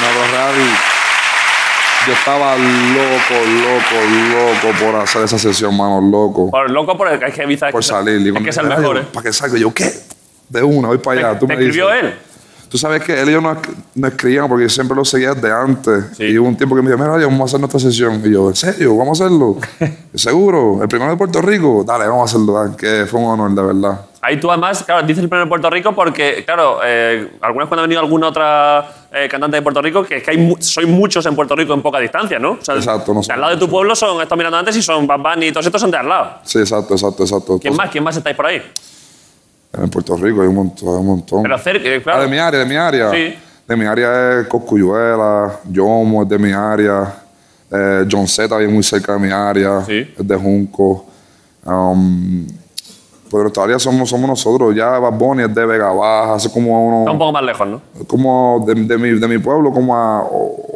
[SPEAKER 8] Nado Ravi, yo estaba loco, loco, loco por hacer esa sesión, mano, loco.
[SPEAKER 2] Por loco, por el, es que Biza es,
[SPEAKER 8] Por salir.
[SPEAKER 2] es que es el mejor, ¿eh?
[SPEAKER 8] ¿Para qué salgo? Yo, ¿qué? De una, voy para allá.
[SPEAKER 2] Te-
[SPEAKER 8] Tú
[SPEAKER 2] te
[SPEAKER 8] me
[SPEAKER 2] escribió
[SPEAKER 8] dices.
[SPEAKER 2] él.
[SPEAKER 8] Tú sabes que él y yo no, esc- no escribíamos porque yo siempre lo seguía de antes.
[SPEAKER 2] Sí.
[SPEAKER 8] Y hubo un tiempo que me dijo, mira, vamos a hacer nuestra sesión. Y yo, ¿en serio? ¿Vamos a hacerlo? ¿Seguro? ¿El primero de Puerto Rico? Dale, vamos a hacerlo. Dan, Que fue un honor, de verdad.
[SPEAKER 2] Ahí tú además, claro, dices el primer Puerto Rico porque, claro, eh, algunas cuando ha venido alguna otra eh, cantante de Puerto Rico, que es que hay mu- sois muchos en Puerto Rico en poca distancia, ¿no? O sea,
[SPEAKER 8] Exacto, no
[SPEAKER 2] de al lado de tu pueblo son, estos mirando antes y son Bad Bunny y todos estos son de al lado.
[SPEAKER 8] Sí, exacto, exacto, exacto.
[SPEAKER 2] ¿Quién más? ¿Quién más estáis por ahí?
[SPEAKER 8] En Puerto Rico hay un montón, hay un montón.
[SPEAKER 2] Pero cerca, eh,
[SPEAKER 8] Ah,
[SPEAKER 2] claro.
[SPEAKER 8] de mi área, de mi área.
[SPEAKER 2] Sí.
[SPEAKER 8] De mi área es Coscuyuela, Yomo es de mi área. Eh, John Z vive muy cerca de mi área.
[SPEAKER 2] Sí.
[SPEAKER 8] Es de Junco. Um, pero todavía somos, somos nosotros. Ya Bad Bunny es de Vega Baja, hace como
[SPEAKER 2] Está un
[SPEAKER 8] uno.
[SPEAKER 2] poco más lejos, ¿no?
[SPEAKER 8] Como de, de mi, de mi pueblo, como a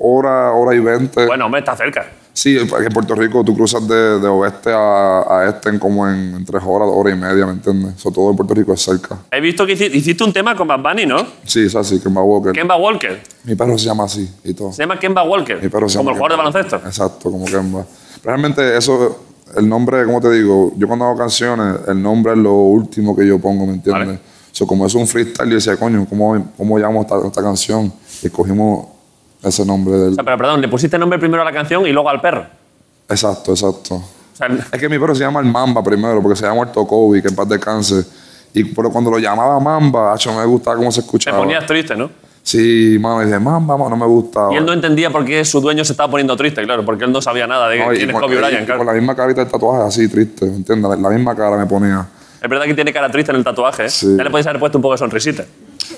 [SPEAKER 8] hora, hora y veinte.
[SPEAKER 2] Bueno, hombre, está cerca.
[SPEAKER 8] Sí, porque en Puerto Rico tú cruzas de, de oeste a, a este en como en, en tres horas, hora y media, ¿me entiendes? Eso todo en Puerto Rico es cerca.
[SPEAKER 2] He visto que hici- hiciste, un tema con Bad Bunny, ¿no?
[SPEAKER 8] Sí, es así, Kemba Walker.
[SPEAKER 2] Kemba Walker.
[SPEAKER 8] Mi perro se llama así y todo.
[SPEAKER 2] Se llama Kemba Walker.
[SPEAKER 8] Mi perro Eh, se
[SPEAKER 2] como
[SPEAKER 8] llama
[SPEAKER 2] el jugador de
[SPEAKER 8] Kemba.
[SPEAKER 2] baloncesto.
[SPEAKER 8] Exacto, como Kemba. Realmente eso, el nombre, como te digo, yo cuando hago canciones, el nombre es lo último que yo pongo, ¿me entiendes?
[SPEAKER 2] Vale.
[SPEAKER 8] So, como es un freestyle, yo decía, coño, ¿cómo, cómo llamamos esta, esta canción? Y escogimos ese nombre
[SPEAKER 2] O
[SPEAKER 8] del...
[SPEAKER 2] sea, pero perdón, le pusiste nombre primero a la canción y luego al perro.
[SPEAKER 8] Exacto, exacto.
[SPEAKER 2] O sea,
[SPEAKER 8] Es que mi perro se llama el Mamba primero, porque se llama el Tocobi, que en paz descanse. Y pero cuando lo llamaba Mamba, acho, me gustaba cómo se
[SPEAKER 2] te
[SPEAKER 8] escuchaba.
[SPEAKER 2] ponías triste, ¿no?
[SPEAKER 8] Sí, mano, y dije, Mamba, mano, no me gustaba.
[SPEAKER 2] Y él no entendía por qué su dueño se estaba poniendo triste, claro, porque él no sabía nada de
[SPEAKER 8] No, y
[SPEAKER 2] quién es
[SPEAKER 8] con-
[SPEAKER 2] Kobe
[SPEAKER 8] y
[SPEAKER 2] Bryant,
[SPEAKER 8] Con
[SPEAKER 2] claro.
[SPEAKER 8] la misma carita del tatuaje, así triste, ¿me entiendes? La, la misma cara me ponía.
[SPEAKER 2] Es verdad que tiene cara triste en el tatuaje, ¿eh?
[SPEAKER 8] Sí.
[SPEAKER 2] Ya le podéis haber puesto un poco de sonrisita.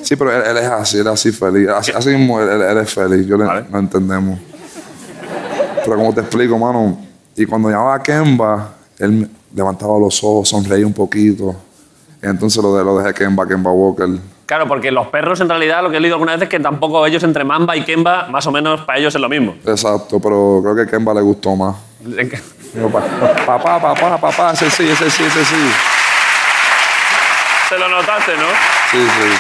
[SPEAKER 8] Sí, pero él, él es así, él es así feliz. Así, así mismo él, él- él es feliz, yo le,
[SPEAKER 2] Vale.
[SPEAKER 8] lo entendemos. Pero como te explico, mano, y cuando llamaba a Kemba, él me- levantaba los ojos, sonreía un poquito. Y entonces lo, de, lo dejé Kemba, Kemba Walker.
[SPEAKER 2] Claro, porque los perros en realidad lo que he leído alguna vez es que tampoco ellos entre Mamba y Kemba, más o menos para ellos es lo mismo.
[SPEAKER 8] Exacto, pero creo que Kemba le gustó más. Dijo, "Pa- papá, papá, papá, ese sí, ese sí, ese sí.
[SPEAKER 2] Se lo notaste, ¿no?
[SPEAKER 8] Sí, sí.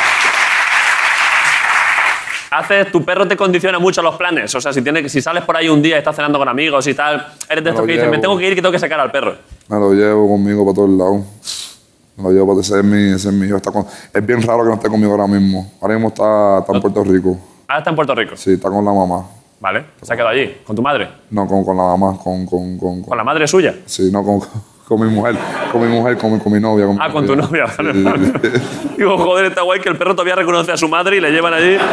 [SPEAKER 2] Haces, tu perro te condiciona mucho los planes. O sea, si, tiene, si sales por ahí un día, estás cenando con amigos y tal, eres de estos
[SPEAKER 8] lo
[SPEAKER 2] que dices, me
[SPEAKER 8] llevo.
[SPEAKER 2] tengo que ir que tengo que sacar al perro.
[SPEAKER 8] Me lo llevo conmigo para todos lados. Me lo llevo para ese es mi, ese es mi hijo. Está con- es bien raro que no esté conmigo ahora mismo. Ahora mismo
[SPEAKER 2] Ah.
[SPEAKER 8] está, está en Puerto Rico.
[SPEAKER 2] Ahora está en Puerto Rico.
[SPEAKER 8] Sí, está con la mamá.
[SPEAKER 2] Vale, se ha quedado allí, con tu madre,
[SPEAKER 8] No, con, con la mamá, con, con, con, con-
[SPEAKER 2] con la madre suya.
[SPEAKER 8] Sí, no, con, con mi mujer. Con mi mujer, con mi, con mi novia. mi
[SPEAKER 2] Ah, con tu novia, vale,
[SPEAKER 8] Sí.
[SPEAKER 2] vale. Digo, joder, está guay que el perro todavía reconoce a su madre y le llevan allí.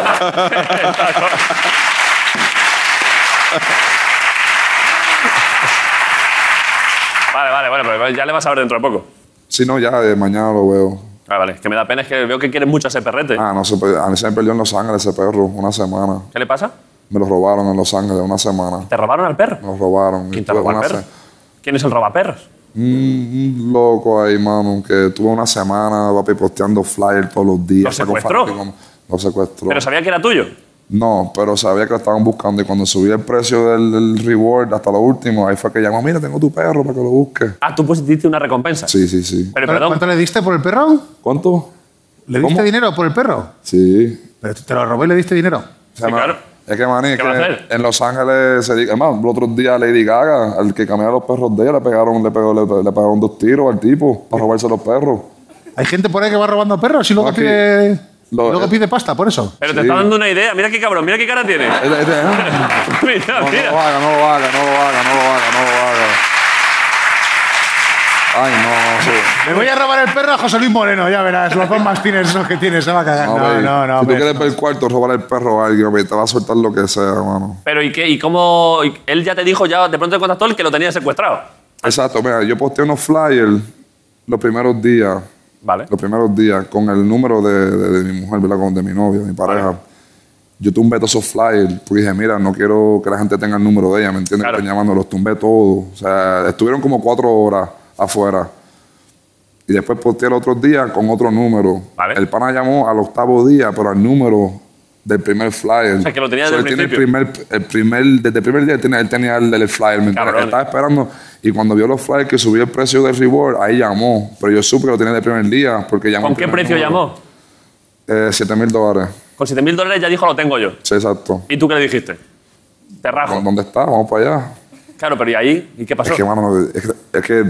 [SPEAKER 2] vale, vale, bueno, pero ya le vas a ver dentro de poco.
[SPEAKER 8] Sí, no, ya de mañana lo veo.
[SPEAKER 2] Vale, vale, que me da pena, es que veo que quieres mucho a ese perrete.
[SPEAKER 8] Ah, no, se, pe- a mí se me perdió en Los Ángeles ese perro, una semana.
[SPEAKER 2] ¿Qué le pasa?
[SPEAKER 8] Me lo robaron en Los Ángeles, una semana.
[SPEAKER 2] ¿Te robaron al perro?
[SPEAKER 8] Me lo robaron.
[SPEAKER 2] ¿Quién te
[SPEAKER 8] Tuve
[SPEAKER 2] robó al
[SPEAKER 8] una
[SPEAKER 2] perro?
[SPEAKER 8] se-
[SPEAKER 2] ¿Quién es el robaperros?
[SPEAKER 8] Un, un loco ahí, mano, que tuvo una semana, papi, posteando flyer todos los días.
[SPEAKER 2] ¿Lo
[SPEAKER 8] Está con
[SPEAKER 2] secuestró?
[SPEAKER 8] fanáticos. Lo secuestró.
[SPEAKER 2] Pero sabía que era tuyo.
[SPEAKER 8] No, pero sabía que lo estaban buscando y cuando subí el precio del, del reward hasta lo último, ahí fue que llamó, mira, tengo tu perro para que lo busques.
[SPEAKER 2] Ah, tú pusiste una recompensa.
[SPEAKER 8] Sí, sí, sí.
[SPEAKER 2] Pero
[SPEAKER 5] ¿Cuánto-
[SPEAKER 2] perdón,
[SPEAKER 5] ¿Cuánto le diste por el perro?
[SPEAKER 8] ¿Cuánto?
[SPEAKER 5] ¿Le diste
[SPEAKER 8] ¿Cómo?
[SPEAKER 5] dinero por el perro?
[SPEAKER 8] Sí.
[SPEAKER 5] Pero te lo robé y le diste dinero.
[SPEAKER 8] O sea,
[SPEAKER 2] Sí,
[SPEAKER 8] ma-
[SPEAKER 2] claro.
[SPEAKER 8] Es que, maní, es
[SPEAKER 2] ¿Qué va a
[SPEAKER 8] que
[SPEAKER 2] hacer?
[SPEAKER 8] en Los Ángeles se diga, además, los otros días Lady Gaga, al que caminaba los perros de ella, le pegaron, le, pegó- le- le pegaron dos tiros al tipo para robarse los perros.
[SPEAKER 5] Hay gente por ahí que va robando perros y luego,
[SPEAKER 8] Aquí.
[SPEAKER 5] pide,
[SPEAKER 8] Lo-
[SPEAKER 5] luego
[SPEAKER 8] eh.
[SPEAKER 5] pide pasta, por eso.
[SPEAKER 2] pero te
[SPEAKER 8] sí.
[SPEAKER 2] está dando una idea. Mira qué cabrón, mira qué cara tiene.
[SPEAKER 8] Es- es- es- no,
[SPEAKER 2] mira,
[SPEAKER 8] no
[SPEAKER 2] mira.
[SPEAKER 8] lo haga, no lo haga, no lo haga, no lo haga, no lo haga. Ay, no, sí.
[SPEAKER 5] Le voy a robar el perro a José Luis Moreno, ya verás. Los dos mastines esos que tiene, se va a cagar. No,
[SPEAKER 8] güey.
[SPEAKER 5] no, no.
[SPEAKER 8] Si tú
[SPEAKER 5] hombre.
[SPEAKER 8] quieres pues, ver el cuarto, robar el perro o alguien, güey, te va a soltar lo que sea, mano.
[SPEAKER 2] Pero ¿y qué? ¿Y cómo? y Él ya te dijo, ya de pronto te contactó el que lo tenía secuestrado.
[SPEAKER 8] Exacto, mira, yo posteé unos flyers los primeros días,
[SPEAKER 2] Vale.
[SPEAKER 8] los primeros días, con el número de, de- de mi mujer, ¿verdad? Con de mi novia, mi pareja. Yo tumbé todos esos flyers, porque dije, mira, no quiero que la gente tenga el número de ella, ¿me entiendes?
[SPEAKER 2] Claro.
[SPEAKER 8] Están llamando, los tumbé todos. O sea, estuvieron como cuatro horas afuera. Y después posteé el otro día con otro número.
[SPEAKER 2] Vale.
[SPEAKER 8] El pana llamó al octavo día, pero al número del primer flyer. O
[SPEAKER 2] sea, que lo tenía desde el
[SPEAKER 8] él tiene
[SPEAKER 2] principio.
[SPEAKER 8] primer- el primer, desde el primer día él tenía, él tenía el, el flyer, ¿me entiendes?
[SPEAKER 2] Cabrón.
[SPEAKER 8] Estaba esperando y cuando vio los flyers que subió el precio del reward, ahí llamó. Pero yo supe que lo tenía del primer día porque llamó.
[SPEAKER 2] ¿Con
[SPEAKER 8] al
[SPEAKER 2] qué
[SPEAKER 8] primer
[SPEAKER 2] precio
[SPEAKER 8] número.
[SPEAKER 2] llamó?
[SPEAKER 8] Eh, 7 mil dólares.
[SPEAKER 2] Con 7.000 dólares ya dijo, lo tengo yo.
[SPEAKER 8] Sí, exacto.
[SPEAKER 2] ¿Y tú qué le dijiste? Te rajo.
[SPEAKER 8] ¿Dónde está? Vamos para allá.
[SPEAKER 2] Claro, pero ¿y ahí? ¿Y qué pasó?
[SPEAKER 8] Es que, mano, es que, es que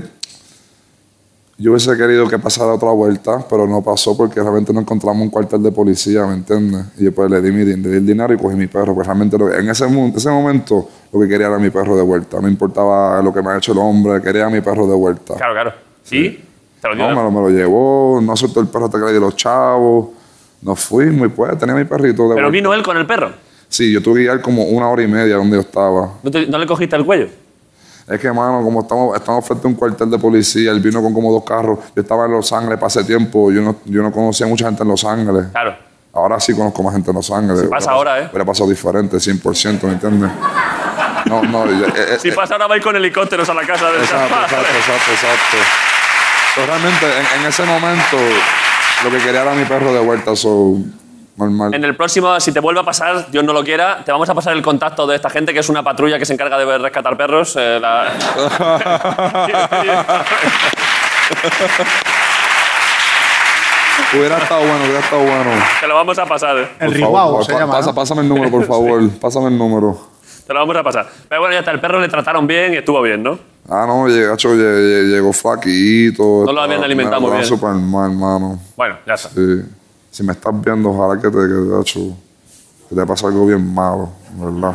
[SPEAKER 8] yo hubiese querido que pasara otra vuelta, pero no pasó porque realmente no encontramos un cuartel de policía, ¿me entiendes? Y yo pues le di, mi, din- le di el dinero y cogí mi perro, porque realmente lo- en ese, mu- ese momento lo que quería era mi perro de vuelta. Me importaba lo que me ha hecho el hombre, quería a mi perro de vuelta.
[SPEAKER 2] Claro, claro. ¿Y? Te lo dio.
[SPEAKER 8] No, me lo, me lo llevó, no soltó el perro hasta que le di los chavos, nos fuimos y pues tenía mi perrito
[SPEAKER 2] pero
[SPEAKER 8] de vuelta.
[SPEAKER 2] vino él con el perro.
[SPEAKER 8] Sí, yo tuve que ir como una hora y media donde yo estaba.
[SPEAKER 2] ¿No, te- no le cogiste el cuello?
[SPEAKER 8] Es que, mano, como estamos, estamos frente a un cuartel de policía, él vino con como dos carros. Yo estaba en Los Ángeles pasé tiempo, yo no, yo no conocía mucha gente en Los Ángeles.
[SPEAKER 2] Claro.
[SPEAKER 8] Ahora sí conozco más gente en Los Ángeles.
[SPEAKER 2] pasa
[SPEAKER 8] Hubiera-
[SPEAKER 2] ahora, ¿eh?
[SPEAKER 8] Hubiera pasado diferente, 100%, ¿me entiendes? No, no, eh, eh,
[SPEAKER 2] Si
[SPEAKER 8] eh,
[SPEAKER 2] pasa ahora, vais con helicópteros a la casa del
[SPEAKER 8] Exacto,
[SPEAKER 2] chaval.
[SPEAKER 8] exacto, exacto, exacto. Pero realmente, en, en ese momento, lo que quería era mi perro de vuelta, so, normal.
[SPEAKER 2] En el próximo, si te vuelve a pasar, Dios no lo quiera, te vamos a pasar el contacto de esta gente que es una patrulla que se encarga de rescatar perros. eh, la-
[SPEAKER 8] Hubiera estado bueno, hubiera estado bueno.
[SPEAKER 2] te lo vamos a pasar. eh.
[SPEAKER 5] El
[SPEAKER 8] Por
[SPEAKER 5] Rihuau
[SPEAKER 8] favor,
[SPEAKER 5] se
[SPEAKER 8] pa-
[SPEAKER 5] llama.
[SPEAKER 8] pasa-
[SPEAKER 5] ¿no?
[SPEAKER 8] Pásame el número, por favor. Pásame el número.
[SPEAKER 2] Te lo vamos a pasar. Pero bueno, ya está, el perro le trataron bien y estuvo bien, ¿no?
[SPEAKER 8] Ah, no, llegó, gacho, lle- lle- llegó flaquito.
[SPEAKER 2] No lo habían
[SPEAKER 8] estaba-
[SPEAKER 2] alimentado muy
[SPEAKER 8] estaba
[SPEAKER 2] bien.
[SPEAKER 8] súper mal, mano.
[SPEAKER 2] Bueno, ya está.
[SPEAKER 8] Sí. Si me estás viendo, ojalá que te, que, gacho, que te pase algo bien malo, ¿verdad?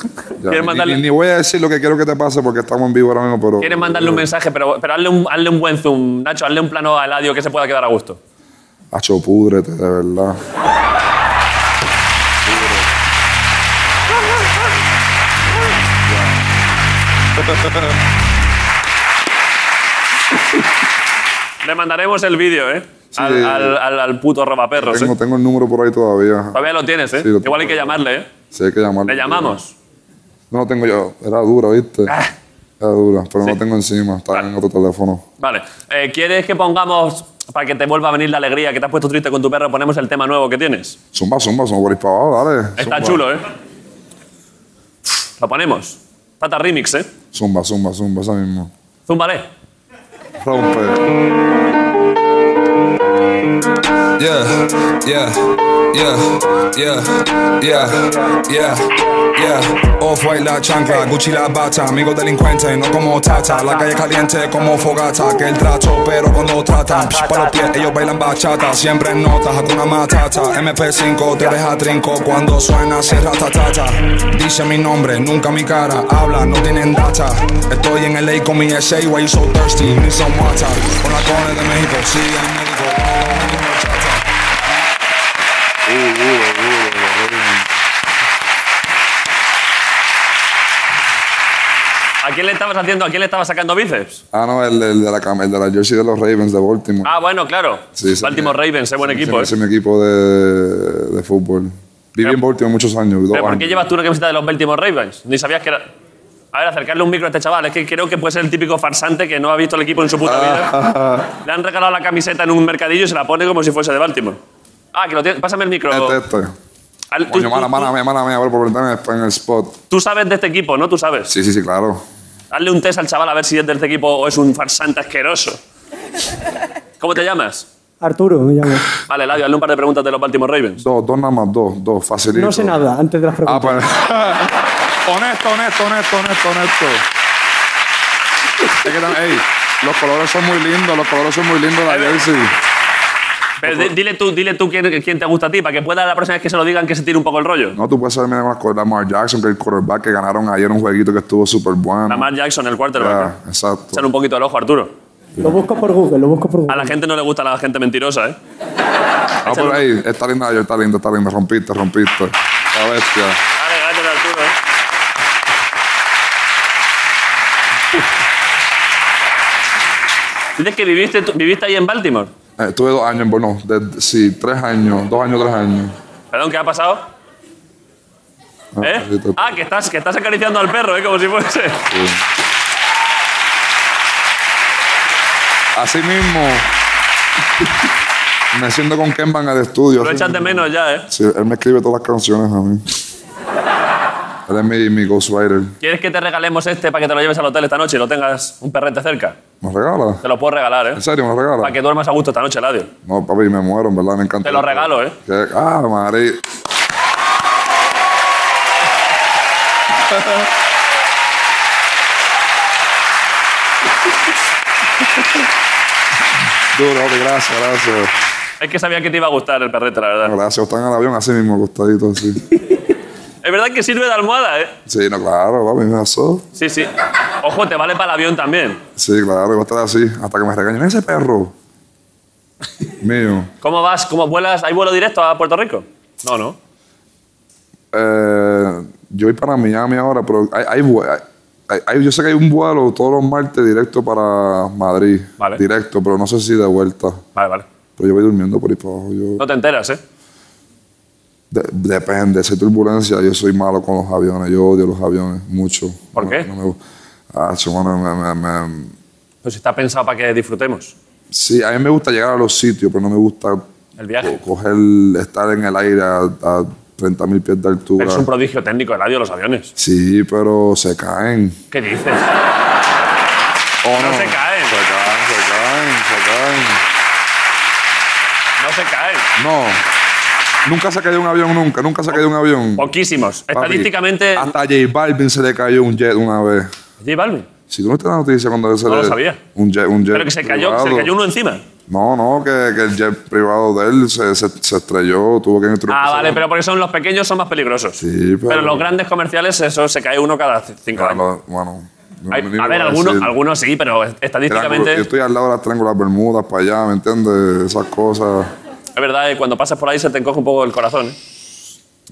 [SPEAKER 8] Ya,
[SPEAKER 2] ¿Quieres
[SPEAKER 8] ni-
[SPEAKER 2] mandarle-
[SPEAKER 8] ni, ni voy a decir lo que quiero que te pase porque estamos en vivo ahora mismo, pero...
[SPEAKER 2] Quieres mandarle un mensaje, pero, pero hazle, un, hazle un buen zoom. Nacho, hazle un plano a Eladio que se pueda quedar a gusto.
[SPEAKER 8] Hacho, púdrete, de verdad.
[SPEAKER 2] Le mandaremos el vídeo, ¿eh? Al, al, al- al puto robaperros,
[SPEAKER 8] Tengo,
[SPEAKER 2] ¿eh?
[SPEAKER 8] tengo el número por ahí todavía.
[SPEAKER 2] Todavía lo tienes, ¿eh?
[SPEAKER 8] Sí, lo tengo.
[SPEAKER 2] Igual hay que llamarle, ¿eh?
[SPEAKER 8] Sí, hay que llamarlo.
[SPEAKER 2] Le llamamos. Ah.
[SPEAKER 8] No lo tengo yo. Era dura, ¿viste? Era dura, pero no lo tengo encima. Está en otro teléfono.
[SPEAKER 2] Vale. Eh, ¿Quieres que pongamos, para que te vuelva a venir la alegría que te has puesto triste con tu perro, ponemos el tema nuevo que tienes?
[SPEAKER 8] Zumba, zumba, zumba por ahí para abajo, dale.
[SPEAKER 2] Está
[SPEAKER 8] zumba.
[SPEAKER 2] chulo, ¿eh? Lo ponemos. Tata Remix, ¿eh?
[SPEAKER 8] Zumba, zumba, zumba, esa misma.
[SPEAKER 2] Zúmbale.
[SPEAKER 8] Rompe.
[SPEAKER 9] Yeah, yeah, yeah, yeah, yeah, yeah, yeah. Off white la chancla, Gucci la bata, amigo delincuente, no como tata. La calle caliente como fogata, que el trato, pero cuando tratan, psh, pa' los pies, ellos bailan bachata. Siempre en notas, alguna matata. MP5 te deja trinco cuando suena, cierra tatata. Dice mi nombre, nunca mi cara, habla, no tienen data. Estoy en LA con mi SA, why you so thirsty, need some water. Con la cone de México, sí, en México.
[SPEAKER 2] ¿A quién le estabas haciendo, a quién le estabas sacando bíceps?
[SPEAKER 8] Ah, no, el, el de la cam- el de la jersey de los Ravens de Baltimore.
[SPEAKER 2] Ah, bueno, claro.
[SPEAKER 8] Sí, sí,
[SPEAKER 2] Baltimore
[SPEAKER 8] sí.
[SPEAKER 2] Ravens, es buen
[SPEAKER 8] Sí, sí,
[SPEAKER 2] equipo,
[SPEAKER 8] Ese
[SPEAKER 2] ¿eh?
[SPEAKER 8] es mi equipo de, de fútbol. Viví en Baltimore muchos años. dos
[SPEAKER 2] ¿Pero eh, por qué
[SPEAKER 8] años.
[SPEAKER 2] llevas tú una camiseta de los Baltimore Ravens? Ni sabías que era... A ver, acercarle un micro a este chaval. Es que creo que puede ser el típico farsante que no ha visto el equipo en su puta
[SPEAKER 8] Ah.
[SPEAKER 2] vida. Le han regalado la camiseta en un mercadillo y se la pone como si fuese de Baltimore. Ah, que lo tienes... Pásame el micro.
[SPEAKER 8] Este, este.
[SPEAKER 2] Al- tú-
[SPEAKER 8] Coño,
[SPEAKER 2] tú-
[SPEAKER 8] mala,
[SPEAKER 2] tú-
[SPEAKER 8] mala mía, mala mía, por preguntarme después en el spot.
[SPEAKER 2] Tú sabes de este equipo, ¿no? Tú sabes.
[SPEAKER 8] Sí, sí, sí, claro.
[SPEAKER 2] Hazle un test al chaval a ver si es de este equipo o es un farsante asqueroso. ¿Cómo te llamas?
[SPEAKER 4] Arturo, me llamo.
[SPEAKER 2] Vale, Eladio, hazle un par de preguntas de los Baltimore Ravens.
[SPEAKER 8] Dos, dos nada más, dos, dos, facilito.
[SPEAKER 4] No sé nada, antes de las
[SPEAKER 8] Ah,
[SPEAKER 4] preguntas.
[SPEAKER 8] pues. honesto, honesto, honesto, honesto, honesto.
[SPEAKER 2] Eh,
[SPEAKER 8] Es que tam- ey, los colores son muy lindos, los colores son muy lindos de la
[SPEAKER 2] Es ver-
[SPEAKER 8] jersey.
[SPEAKER 2] Pero di- dile tú, dile tú quién, quién te gusta a ti, para que pueda la próxima vez que se lo digan que se tire un poco el rollo.
[SPEAKER 8] No, tú puedes saber mira, con Lamar Jackson, que el quarterback que ganaron ayer un jueguito que estuvo súper bueno.
[SPEAKER 2] Lamar Jackson, el quarterback. ¿eh?
[SPEAKER 8] Ya, exacto.
[SPEAKER 2] Echar un poquito el ojo, Arturo.
[SPEAKER 4] Lo busco por Google, lo busco por
[SPEAKER 2] A
[SPEAKER 4] Google.
[SPEAKER 2] la gente no le gusta la gente mentirosa, ¿eh?
[SPEAKER 8] Ah, pero ahí, está linda, yo, está linda, está linda. Rompiste, rompiste. La bestia.
[SPEAKER 2] Vale, gracias, Arturo. ¿eh? Dices que viviste, tú- viviste ahí en Baltimore.
[SPEAKER 8] Eh, estuve dos años en Borno. de- sí, tres años. Dos años, tres años.
[SPEAKER 2] Perdón, ¿qué ha pasado?
[SPEAKER 8] Ah, sí,
[SPEAKER 2] ¿Eh?
[SPEAKER 8] te-
[SPEAKER 2] Ah, que estás, que estás acariciando al perro, ¿eh? Como si fuese.
[SPEAKER 8] sí. Así mismo. me siento con Kenban al estudio.
[SPEAKER 2] Lo
[SPEAKER 8] así
[SPEAKER 2] echas de
[SPEAKER 8] mismo.
[SPEAKER 2] menos ya, ¿eh?
[SPEAKER 8] Sí, él me escribe todas las canciones a mí. Él es mi, mi ghostwriter.
[SPEAKER 2] ¿Quieres que te regalemos este para que te lo lleves al hotel esta noche y lo tengas un perrete cerca?
[SPEAKER 8] ¿Me regala?
[SPEAKER 2] Te lo puedo regalar, ¿eh?
[SPEAKER 8] ¿En serio me
[SPEAKER 2] Para que
[SPEAKER 8] regala?
[SPEAKER 2] duermas a gusto esta noche, Ladio.
[SPEAKER 8] No, papi, me muero, en verdad, me encanta.
[SPEAKER 2] Te lo regalo, ¿eh?
[SPEAKER 8] Que- Ah, madre. Duro, papi, gracias, gracias.
[SPEAKER 2] Es que sabía que te iba a gustar el perrete, la verdad.
[SPEAKER 8] Gracias, están en el avión así mismo, acostadito así.
[SPEAKER 2] Es verdad que sirve de almohada, ¿eh?
[SPEAKER 8] Sí, no, claro, papi, me asó.
[SPEAKER 2] Sí, sí. Ojo, te vale para el avión también.
[SPEAKER 8] Sí, claro, voy a estar así hasta que me regañen. ese perro? Mío.
[SPEAKER 2] ¿Cómo vas? ¿Cómo vuelas? ¿Hay vuelo directo a Puerto Rico? No, no.
[SPEAKER 8] Eh, yo voy para Miami ahora, pero hay, hay vue- hay- hay- yo sé que hay un vuelo todos los martes directo para Madrid.
[SPEAKER 2] Vale.
[SPEAKER 8] Directo, pero no sé si de vuelta.
[SPEAKER 2] Vale, vale.
[SPEAKER 8] Pero yo voy durmiendo por ahí para abajo. yo-
[SPEAKER 2] No te enteras, ¿eh?
[SPEAKER 8] de- depende, si hay turbulencia, yo soy malo con los aviones. Yo odio los aviones, mucho.
[SPEAKER 2] ¿Por
[SPEAKER 8] No-
[SPEAKER 2] qué?
[SPEAKER 8] no me gu- Ah, sí, bueno, me- me- me-
[SPEAKER 2] Pues está pensado para que disfrutemos
[SPEAKER 8] sí, a mí me gusta llegar a los sitios, pero no me gusta
[SPEAKER 2] el viaje.
[SPEAKER 8] co- coger, estar en el aire a, a 30.000 pies de altura.
[SPEAKER 2] Eres un prodigio técnico, el radio los aviones.
[SPEAKER 8] Sí, pero se caen.
[SPEAKER 2] ¿Qué dices?
[SPEAKER 8] ¿O
[SPEAKER 2] No se caen.
[SPEAKER 8] Oh, Se caen, se caen, se caen.
[SPEAKER 2] No se caen.
[SPEAKER 8] No. Nunca se ha caído un avión, nunca, nunca se ha caído un avión.
[SPEAKER 2] Poquísimos.
[SPEAKER 8] Papi, Ah.
[SPEAKER 2] Estadísticamente.
[SPEAKER 8] Hasta a J Balvin se le cayó un jet una vez.
[SPEAKER 2] J Balvin.
[SPEAKER 8] Si tú no te das noticia cuando se
[SPEAKER 2] No
[SPEAKER 8] le-
[SPEAKER 2] lo sabía.
[SPEAKER 8] Un jet, un jet
[SPEAKER 2] Pero que se cayó, se
[SPEAKER 8] privado.
[SPEAKER 2] le cayó uno encima.
[SPEAKER 8] No, no, que, que el jet privado de él se, se, se estrelló, tuvo que entrar.
[SPEAKER 2] Ah, vale, pero porque son los pequeños son más peligrosos.
[SPEAKER 8] Pues, eh, Sí, pero-
[SPEAKER 2] los grandes comerciales, eso se cae uno cada c- cinco años.
[SPEAKER 8] Claro, bueno. no-
[SPEAKER 2] Hay-
[SPEAKER 8] ni
[SPEAKER 2] a
[SPEAKER 8] lo
[SPEAKER 2] ver,
[SPEAKER 8] voy
[SPEAKER 2] algunos,
[SPEAKER 8] decir.
[SPEAKER 2] algunos sí, pero estadísticamente.
[SPEAKER 8] Yo estoy al lado de las triángulas Bermudas, para allá, ¿me entiendes? Esas cosas.
[SPEAKER 2] Es verdad, eh, cuando pasas por ahí se te encoge un poco el corazón. eh.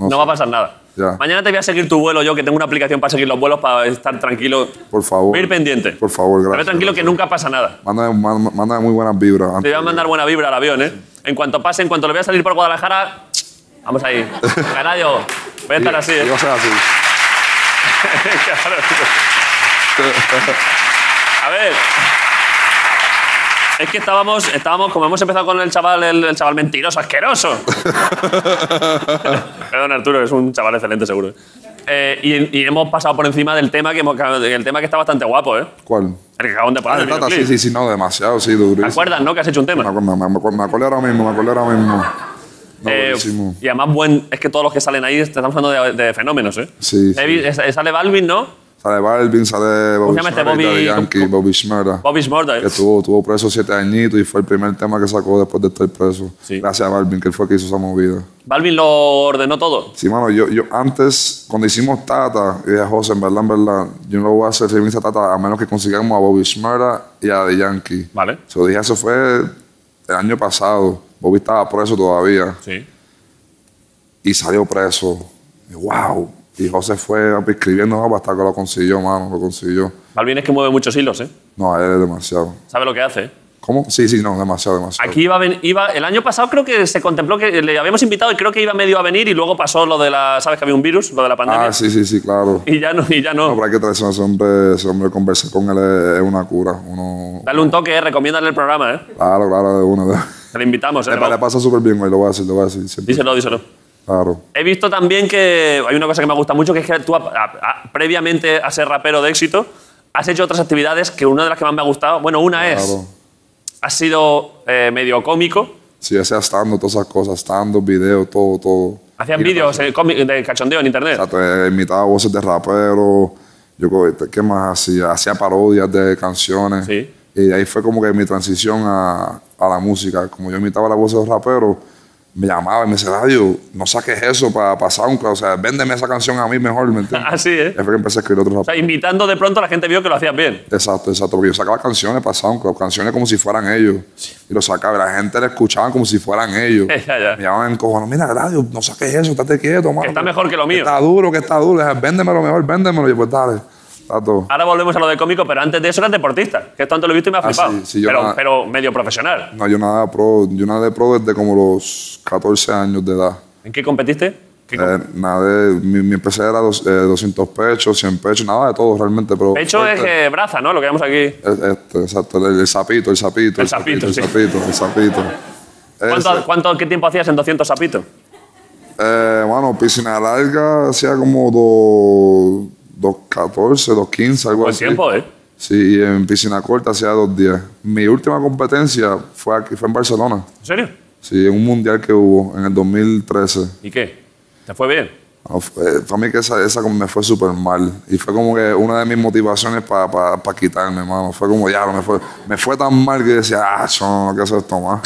[SPEAKER 2] No,
[SPEAKER 8] sé.
[SPEAKER 2] va a pasar nada.
[SPEAKER 8] Ya.
[SPEAKER 2] Mañana te voy a seguir tu vuelo yo, que tengo una aplicación para seguir los vuelos, para estar tranquilo.
[SPEAKER 8] Por favor.
[SPEAKER 2] Voy a ir pendiente.
[SPEAKER 8] Por favor, gracias.
[SPEAKER 2] Estaré tranquilo que nunca pasa nada.
[SPEAKER 8] Mándame, mándame- mándame muy buenas vibras.
[SPEAKER 2] Te
[SPEAKER 8] antes
[SPEAKER 2] voy a mandar buena vibra al avión, ¿eh? En cuanto pase, en cuanto le voy a salir por Guadalajara, vamos ahí. Canario, voy a estar así,
[SPEAKER 8] Y- y
[SPEAKER 2] ¿eh?
[SPEAKER 8] va a ser así.
[SPEAKER 2] Claro. A ver. Es que estábamos, estábamos, como hemos empezado con el chaval, el, el chaval mentiroso, asqueroso. Perdón, Arturo, es un chaval excelente, seguro. Eh, y, y hemos pasado por encima del tema que, hemos, el tema que está bastante guapo, ¿eh?
[SPEAKER 8] ¿Cuál?
[SPEAKER 2] El que acaban de
[SPEAKER 8] Ah,
[SPEAKER 2] poner.
[SPEAKER 8] de
[SPEAKER 2] en el
[SPEAKER 8] Tata, sí,
[SPEAKER 2] videoclip.
[SPEAKER 8] sí, sí, no, demasiado, sí, durísimo.
[SPEAKER 2] ¿Te acuerdas, no? Que has hecho un
[SPEAKER 8] Me
[SPEAKER 2] tema.
[SPEAKER 8] acuerdo, me acuerdo, me acuerdo ahora mismo, me acuerdo ahora mismo. No,
[SPEAKER 2] Eh,
[SPEAKER 8] durísimo.
[SPEAKER 2] y además, buen, es que todos los que salen ahí estamos hablando de, de fenómenos, ¿eh?
[SPEAKER 8] Sí,
[SPEAKER 2] He vi- es- Sale Balvin, ¿no?
[SPEAKER 8] Sale Balvin, sale
[SPEAKER 2] se
[SPEAKER 8] Bobby
[SPEAKER 2] llama este
[SPEAKER 8] Shmurda,
[SPEAKER 2] Bobby-
[SPEAKER 8] Daddy Yankee, Bobby Shmurda,
[SPEAKER 2] Bobby Smorda.
[SPEAKER 8] que estuvo, estuvo preso siete añitos y fue el primer tema que sacó después de estar preso. Gracias a Balvin, que él fue el que hizo esa movida.
[SPEAKER 2] Balvin lo ordenó todo.
[SPEAKER 8] Sí, mano, yo, yo antes, cuando hicimos Tata, y dije, José, en verdad, en verdad, yo no voy a hacer remix a Tata a menos que consigamos a Bobby Shmurda y a The Yankee.
[SPEAKER 2] Vale.
[SPEAKER 8] So, dije, eso fue el año pasado. Bobby estaba preso todavía
[SPEAKER 2] Sí.
[SPEAKER 8] y salió preso. Y, wow. Y José fue escribiendo papi, hasta que lo consiguió, mano, lo consiguió.
[SPEAKER 2] Balvin es que mueve muchos hilos, ¿eh?
[SPEAKER 8] No, él es demasiado.
[SPEAKER 2] Sabe lo que hace, ¿eh?
[SPEAKER 8] ¿Cómo? Sí, sí, no, demasiado, demasiado.
[SPEAKER 2] Aquí iba, a ven- iba- el año pasado creo que se contempló que le habíamos invitado y creo que iba medio a venir y luego pasó lo de la, sabes que había un virus, lo de la pandemia
[SPEAKER 8] Ah, sí, sí, sí, claro.
[SPEAKER 2] y ya no, y ya
[SPEAKER 8] No,
[SPEAKER 2] no.
[SPEAKER 8] pero hay que traerse a ese hombre, ese hombre, conversar con él es es una cura. Uno,
[SPEAKER 2] Dale un toque, eh, recomiéndale el programa, eh.
[SPEAKER 8] claro, claro, de uno. de-
[SPEAKER 2] Te lo invitamos, eh.
[SPEAKER 8] Le, pa- le
[SPEAKER 2] vamos.
[SPEAKER 8] pasa súper bien, güey, lo voy a decir, lo voy a decir. siempre.
[SPEAKER 2] Díselo, díselo.
[SPEAKER 8] Claro.
[SPEAKER 2] He visto también que hay una cosa que me gusta mucho que es que tú a- a- a- previamente a ser rapero de éxito has hecho otras actividades que una de las que más me ha gustado, bueno, una
[SPEAKER 8] Claro.
[SPEAKER 2] es has sido eh, medio cómico,
[SPEAKER 8] Sí, ya sea estando, todas esas cosas, estando, video, todo, todo.
[SPEAKER 2] hacías
[SPEAKER 8] Y le
[SPEAKER 2] vídeos eh, cómic- de cachondeo en internet.
[SPEAKER 8] Exacto, eh, imitaba voces de raperos. Yo, co- este, ¿qué más hacía? Hacía parodias de canciones.
[SPEAKER 2] Sí.
[SPEAKER 8] Y ahí fue como que mi transición a a la música. Como yo imitaba la voz de los raperos, me llamaba y me decía, radio, no saques eso para pa SoundCloud. O sea, véndeme esa canción a mí mejor, ¿me entiendes?
[SPEAKER 2] Así, ¿eh?
[SPEAKER 8] Es que empecé a escribir otros
[SPEAKER 2] O sea,
[SPEAKER 8] raperos.
[SPEAKER 2] imitando de pronto la gente vio que lo hacías bien.
[SPEAKER 8] Exacto, exacto. Porque yo sacaba canciones para SoundCloud, canciones como si fueran ellos. Y lo sacaba y la gente la escuchaba como si fueran ellos.
[SPEAKER 2] Ya, ya.
[SPEAKER 8] Me llamaban en cojones, mira, radio, no saques eso, estate quieto, mano.
[SPEAKER 2] está mejor que lo mío.
[SPEAKER 8] Está duro, que está duro. Dije, Véndemelo mejor, véndemelo. Y yo, pues dale, está todo.
[SPEAKER 2] Ahora volvemos a lo de cómico, pero antes de eso eras deportista. Que esto antes lo he visto y me ha
[SPEAKER 8] Ah,
[SPEAKER 2] flipado.
[SPEAKER 8] sí, sí, yo
[SPEAKER 2] pero,
[SPEAKER 8] nada.
[SPEAKER 2] pero medio profesional.
[SPEAKER 8] No, yo nada de pro, yo nada de pro desde como los 14 años de edad.
[SPEAKER 2] ¿En qué competiste? ¿Qué com-
[SPEAKER 8] Eh, nada de, mi, mi empecé era dos- eh, 200 pechos, 100 pechos, nada de todo realmente. Pero
[SPEAKER 2] Pecho es
[SPEAKER 8] fuerte.
[SPEAKER 2] eh, braza, ¿no? Lo que vemos aquí.
[SPEAKER 8] Eh, este, exacto, el, el sapito, el sapito.
[SPEAKER 2] El sapito,
[SPEAKER 8] el
[SPEAKER 2] sí.
[SPEAKER 8] sapito, el sapito.
[SPEAKER 2] ¿Cuánto,
[SPEAKER 8] Ese.
[SPEAKER 2] cuánto- qué tiempo hacías en 200 sapitos?
[SPEAKER 8] Pues Eh, bueno, piscina larga hacía como dos 2.14, 2.15, algo
[SPEAKER 2] Buen
[SPEAKER 8] así.
[SPEAKER 2] tiempo, ¿eh?
[SPEAKER 8] Sí, y en piscina corta hacía dos días. Mi última competencia fue aquí, fue en Barcelona.
[SPEAKER 2] ¿En serio?
[SPEAKER 8] Sí, en un mundial que hubo en el 2013.
[SPEAKER 2] ¿Y qué? ¿Te fue bien?
[SPEAKER 8] No, Ah, fue, fue a mí que esa, esa como me fue súper mal. Y fue como que una de mis motivaciones para quitarme, mano. Fue como, ya, me fue, me fue tan mal que decía, ah, yo no quiero hacer esto más.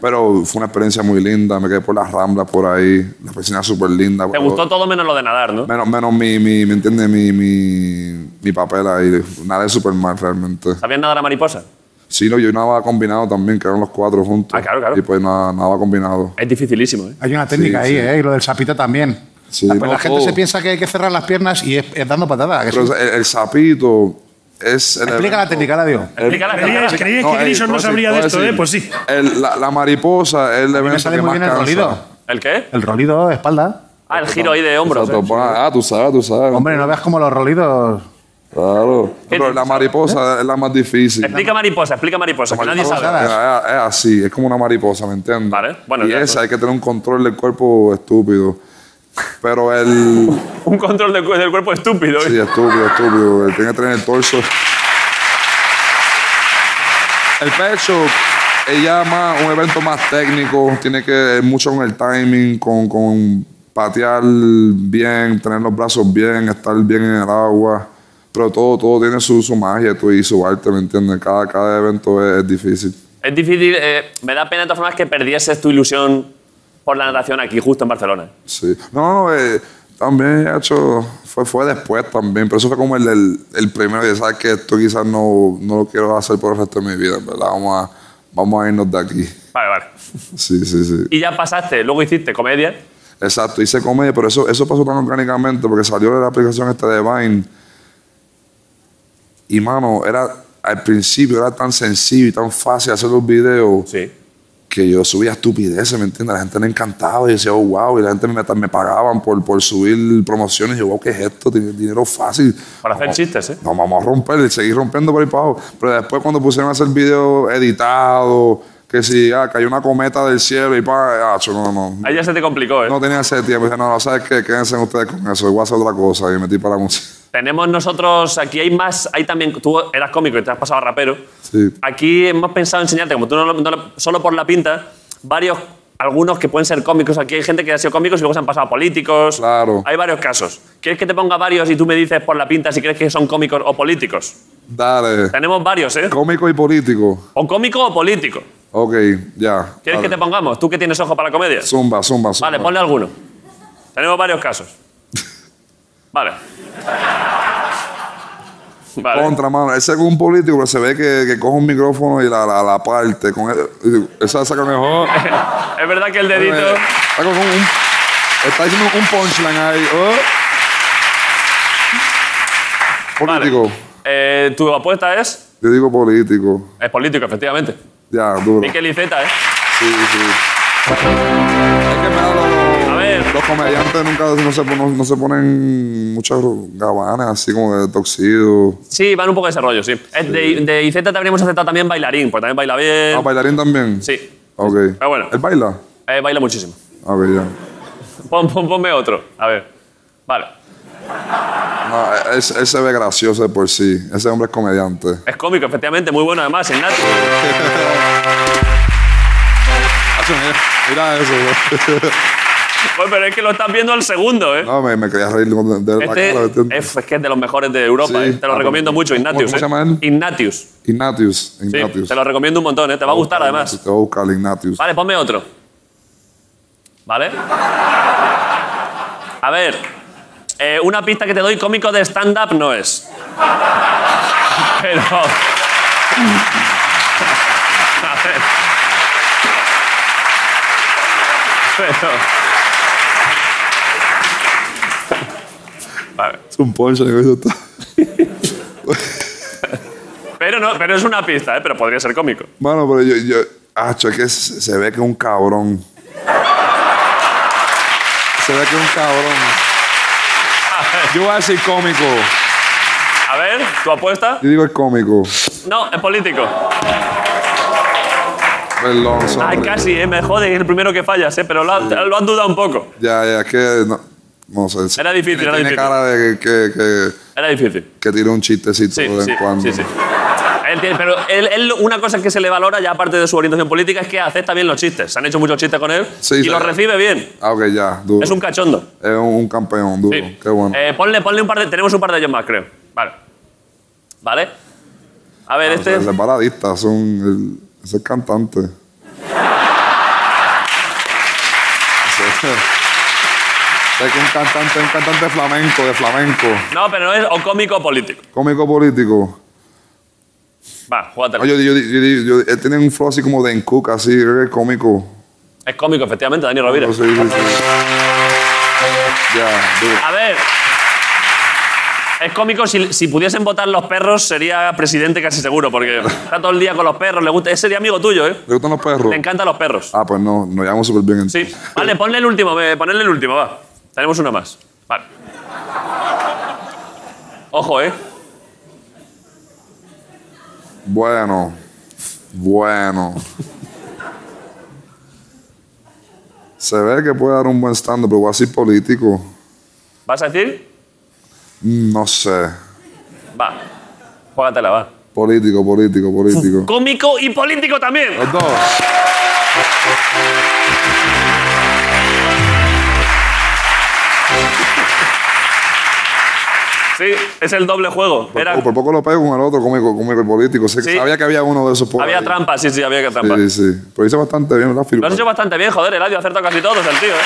[SPEAKER 8] Pero fue una experiencia muy linda. Me quedé por las ramblas por ahí. La piscina súper linda.
[SPEAKER 2] Te gustó todo menos lo de nadar, ¿no?
[SPEAKER 8] Menos, menos mi, mi, ¿me entiendes? Mi, mi, mi papel ahí. Nada de súper mal realmente.
[SPEAKER 2] ¿Sabías nadar a mariposa?
[SPEAKER 8] Sí, no, yo nada combinado también, que eran los cuatro juntos.
[SPEAKER 2] Ah, claro, claro.
[SPEAKER 8] Y pues nada, nada combinado.
[SPEAKER 2] Es dificilísimo, ¿eh?
[SPEAKER 5] Hay una técnica
[SPEAKER 8] Sí,
[SPEAKER 5] ahí,
[SPEAKER 8] sí.
[SPEAKER 5] ¿eh? Y lo del sapito también.
[SPEAKER 8] Sí,
[SPEAKER 5] la pues
[SPEAKER 8] no,
[SPEAKER 5] la gente
[SPEAKER 8] todo.
[SPEAKER 5] se piensa que hay que cerrar las piernas y es, es dando patadas. que
[SPEAKER 8] Pero
[SPEAKER 5] sí.
[SPEAKER 8] el, el sapito es... el
[SPEAKER 5] Explica la
[SPEAKER 8] evento-
[SPEAKER 5] técnica, radio.
[SPEAKER 2] Explícala,
[SPEAKER 3] Creíais,
[SPEAKER 2] explícala.
[SPEAKER 3] creíais que
[SPEAKER 8] ey,
[SPEAKER 3] Grison no
[SPEAKER 8] puedo
[SPEAKER 3] sabría de
[SPEAKER 8] decir,
[SPEAKER 3] esto,
[SPEAKER 8] puedo
[SPEAKER 3] ¿eh?
[SPEAKER 8] decir.
[SPEAKER 3] Pues sí.
[SPEAKER 8] El- la, la mariposa es el
[SPEAKER 5] Me
[SPEAKER 8] evento
[SPEAKER 5] sale
[SPEAKER 8] que
[SPEAKER 5] muy
[SPEAKER 8] más
[SPEAKER 5] bien el
[SPEAKER 8] cansa.
[SPEAKER 5] rolido.
[SPEAKER 2] ¿El qué?
[SPEAKER 5] El rolido, espalda.
[SPEAKER 2] Ah, el giro ahí de hombros.
[SPEAKER 8] Exacto,
[SPEAKER 2] ¿eh?
[SPEAKER 8] pon- ah, tú sabes, tú sabes.
[SPEAKER 5] Hombre, no veas como los rolidos.
[SPEAKER 8] Claro. Pero la
[SPEAKER 5] ¿Eh?
[SPEAKER 8] mariposa es la más difícil.
[SPEAKER 2] ¿eh? Explica mariposa, explica mariposa, que nadie
[SPEAKER 8] Mariposa
[SPEAKER 2] sabe.
[SPEAKER 8] Es, es así, es como una mariposa, ¿me entiendes?
[SPEAKER 2] Vale, bueno,
[SPEAKER 8] y
[SPEAKER 2] ya,
[SPEAKER 8] esa,
[SPEAKER 2] pues.
[SPEAKER 8] hay que tener un control del cuerpo estúpido. Pero el...
[SPEAKER 2] Un control del, cu- del cuerpo estúpido. ¿eh?
[SPEAKER 8] Sí, estúpido, estúpido. Tiene que tener el torso. El pecho es ya más un evento más técnico. Tiene que ver mucho con el timing, con, con patear bien, tener los brazos bien, estar bien en el agua. Pero todo, todo tiene su, su magia tú, y su arte, ¿me entiendes? Cada, cada evento es, es difícil.
[SPEAKER 2] Es difícil, eh, me da pena de todas formas que perdieses tu ilusión por la natación aquí, justo en Barcelona.
[SPEAKER 8] Sí. No, no, eh, también he hecho. Fue, fue después también, pero eso fue como el, el, el primero. Y sabes que esto quizás no, no lo quiero hacer por el resto de mi vida, en ¿verdad? Vamos a, vamos a irnos de aquí.
[SPEAKER 2] Vale, vale.
[SPEAKER 8] Sí, sí, sí.
[SPEAKER 2] Y ya pasaste, luego hiciste comedia.
[SPEAKER 8] Exacto, hice comedia, pero eso, eso pasó tan orgánicamente porque salió de la aplicación esta de Vine. Y mano, era. Al principio era tan sencillo y tan fácil hacer los videos.
[SPEAKER 2] Sí.
[SPEAKER 8] que yo subía estupideces, ¿me entiendes? La gente le encantaba y decía, oh, wow, y la gente me, me pagaban por, por subir promociones. Y yo, wow, ¿qué es esto? Tiene dinero fácil.
[SPEAKER 2] Para hacer chistes, ¿eh?
[SPEAKER 8] No, vamos a romper, y seguir rompiendo por ahí para abajo. Pero después cuando pusieron a hacer videos editados, que si, ah, cayó una cometa del cielo y pa, ah, yo, no, no.
[SPEAKER 2] Ahí ya se te complicó, ¿eh?
[SPEAKER 8] No tenía ese tiempo. Dije, no, no, ¿sabes qué? Quédense ustedes con eso. Igual hacer otra cosa. Y me metí para la música.
[SPEAKER 2] Tenemos nosotros, aquí hay más, hay también, tú eras cómico y te has pasado a rapero.
[SPEAKER 8] Sí.
[SPEAKER 2] Aquí hemos pensado enseñarte, como tú no, lo- no lo- solo por la pinta, varios, algunos que pueden ser cómicos. Aquí hay gente que ha sido cómicos y luego se han pasado a políticos.
[SPEAKER 8] Claro.
[SPEAKER 2] Hay varios casos. ¿Quieres que te ponga varios y tú me dices por la pinta si crees que son cómicos o políticos?
[SPEAKER 8] Dale.
[SPEAKER 2] Tenemos varios, ¿eh?
[SPEAKER 8] Cómico y político.
[SPEAKER 2] O cómico o político.
[SPEAKER 8] Ok, ya.
[SPEAKER 2] ¿Quieres que
[SPEAKER 8] Dale.
[SPEAKER 2] te pongamos? ¿Tú que tienes ojo para la comedia?
[SPEAKER 8] Zumba, zumba, zumba.
[SPEAKER 2] Vale, ponle alguno. Tenemos varios casos. Vale. Vale.
[SPEAKER 8] Contra, mano. Ese es un político, pero se ve que, que coge un micrófono y la, la, la parte. Con el- y digo, esa saca mejor.
[SPEAKER 2] Es verdad que el dedito.
[SPEAKER 8] Está, con un, está diciendo un punchline ahí. ¿eh?
[SPEAKER 2] Vale.
[SPEAKER 8] oh. Político.
[SPEAKER 2] Eh, tu apuesta es.
[SPEAKER 8] Yo digo político.
[SPEAKER 2] Es político, efectivamente.
[SPEAKER 8] Ya, duro.
[SPEAKER 2] Miquel Iceta, ¿eh?
[SPEAKER 8] Sí, sí. Es que me da lo-
[SPEAKER 2] A ver.
[SPEAKER 8] Los comediantes nunca no se, pon- no, no se ponen muchas gabanas así como de toxido.
[SPEAKER 2] Sí, van un poco de ese rollo, sí. Es De, de Iceta te habríamos aceptado también bailarín, porque también baila bien.
[SPEAKER 8] Ah, bailarín también.
[SPEAKER 2] Sí,
[SPEAKER 8] Ok.
[SPEAKER 2] Pero bueno.
[SPEAKER 8] ¿Él baila?
[SPEAKER 2] eh, baila muchísimo.
[SPEAKER 8] Ok, ya.
[SPEAKER 2] Pon, pon- ponme otro, a ver. Vale.
[SPEAKER 8] No, él, él se Ah, ve gracioso de por sí. Ese hombre es comediante.
[SPEAKER 2] Es cómico, efectivamente, muy bueno además, Ignacio.
[SPEAKER 8] Hacho, mira, mira eso, güey.
[SPEAKER 2] Bueno, pero es que lo estás viendo al segundo, ¿eh?
[SPEAKER 8] No, me, me quería reír de, de la cara. ¿me
[SPEAKER 2] Este
[SPEAKER 8] entiendes?
[SPEAKER 2] es, es que es de los mejores de Europa,
[SPEAKER 8] Sí.
[SPEAKER 2] ¿eh? Te lo
[SPEAKER 8] Ah,
[SPEAKER 2] recomiendo
[SPEAKER 8] ¿cómo-
[SPEAKER 2] mucho,
[SPEAKER 8] cómo-
[SPEAKER 2] Ignatius.
[SPEAKER 8] cómo se
[SPEAKER 2] ¿eh?
[SPEAKER 8] llama él?
[SPEAKER 2] Ignatius. Sí,
[SPEAKER 8] Ignatius. Ignatius.
[SPEAKER 2] te lo recomiendo un montón, ¿eh? Te va a gustar además.
[SPEAKER 8] Te voy a buscar Ignatius.
[SPEAKER 2] Vale, ponme otro. ¿Vale? A ver. eh, una pista que te doy, cómico de stand-up no es. Pero. A ver. Pero. Vale.
[SPEAKER 8] Es un Porsche. que eso está-
[SPEAKER 2] Pero, no, pero es una pista, ¿eh? pero podría ser cómico.
[SPEAKER 8] Mano, pero yo. yo ah, es que se se ve que es un cabrón. Se ve que es un cabrón. Yo voy a decir cómico.
[SPEAKER 2] A ver, ¿tu apuesta?
[SPEAKER 8] Yo digo el cómico.
[SPEAKER 2] No, es político.
[SPEAKER 8] Perdón,
[SPEAKER 2] Ay,
[SPEAKER 8] sorry.
[SPEAKER 2] casi, ¿eh? me jode, es el primero que fallas, ¿eh? pero lo, ha- lo han dudado un poco.
[SPEAKER 8] Ya, ya, es que. No, no sé.
[SPEAKER 2] Era difícil,
[SPEAKER 8] tiene,
[SPEAKER 2] era
[SPEAKER 8] tiene
[SPEAKER 2] difícil.
[SPEAKER 8] cara de que, que, que,
[SPEAKER 2] Era difícil.
[SPEAKER 8] que tira un chistecito
[SPEAKER 2] Sí,
[SPEAKER 8] de vez
[SPEAKER 2] sí,
[SPEAKER 8] en cuando.
[SPEAKER 2] sí, sí. Él tiene- pero él, él- una cosa que se le valora, ya aparte de su orientación política, es que acepta bien los chistes. Se han hecho muchos chistes con él
[SPEAKER 8] Sí,
[SPEAKER 2] y
[SPEAKER 8] sí.
[SPEAKER 2] los recibe bien.
[SPEAKER 8] Ah, ok, ya, duro.
[SPEAKER 2] Es un cachondo.
[SPEAKER 8] Es un, un campeón, duro.
[SPEAKER 2] Sí.
[SPEAKER 8] Qué bueno.
[SPEAKER 2] Eh, ponle, ponle un par de... Tenemos un par de ellos más, creo. Vale. Vale. A ver, este...
[SPEAKER 8] Es Ah, baladista, son el, es el cantante. es que un cantante, un cantante flamenco, de flamenco,
[SPEAKER 2] No, pero no es o cómico o político.
[SPEAKER 8] cómico político.
[SPEAKER 2] Va, jugátelo.
[SPEAKER 8] No, yo, yo, yo- yo- él tiene un flow así como de Cook, así, eh, cómico.
[SPEAKER 2] Es cómico, efectivamente, Dani Rovira.
[SPEAKER 8] No sé, sí, sí. Ya, duro.
[SPEAKER 2] A ver. Es cómico, si, si pudiesen votar los perros sería presidente casi seguro, porque está todo el día con los perros, le gusta... Ese sería amigo tuyo, ¿eh?
[SPEAKER 8] ¿Le gustan los perros?
[SPEAKER 2] Le encantan los perros.
[SPEAKER 8] Ah, pues no, nos llevamos súper bien.
[SPEAKER 2] Sí.
[SPEAKER 8] entonces.
[SPEAKER 2] Vale, ponle el último, eh, ponle el último, va. Tenemos uno más. Vale. Ojo, ¿eh?
[SPEAKER 8] Bueno, bueno. Se ve que puede dar un buen stand, pero voy a decir político.
[SPEAKER 2] ¿Vas a decir?
[SPEAKER 8] No sé.
[SPEAKER 2] Va. Juégatela, va.
[SPEAKER 8] Político, político, político.
[SPEAKER 2] Cómico y político también.
[SPEAKER 8] Los dos.
[SPEAKER 2] Sí, es el doble juego. Era,
[SPEAKER 8] Oh, por poco lo pego con el otro, cómico, cómico y político. Sé-
[SPEAKER 2] Sí.
[SPEAKER 8] Sabía que había uno de esos por
[SPEAKER 2] había
[SPEAKER 8] ahí.
[SPEAKER 2] trampa, sí, sí, había que trampa.
[SPEAKER 8] Sí, sí. Pero hice bastante bien la
[SPEAKER 2] Lo
[SPEAKER 8] figura.
[SPEAKER 2] has hecho bastante bien, joder, Eladio ha acertado casi todos el tío, ¿eh?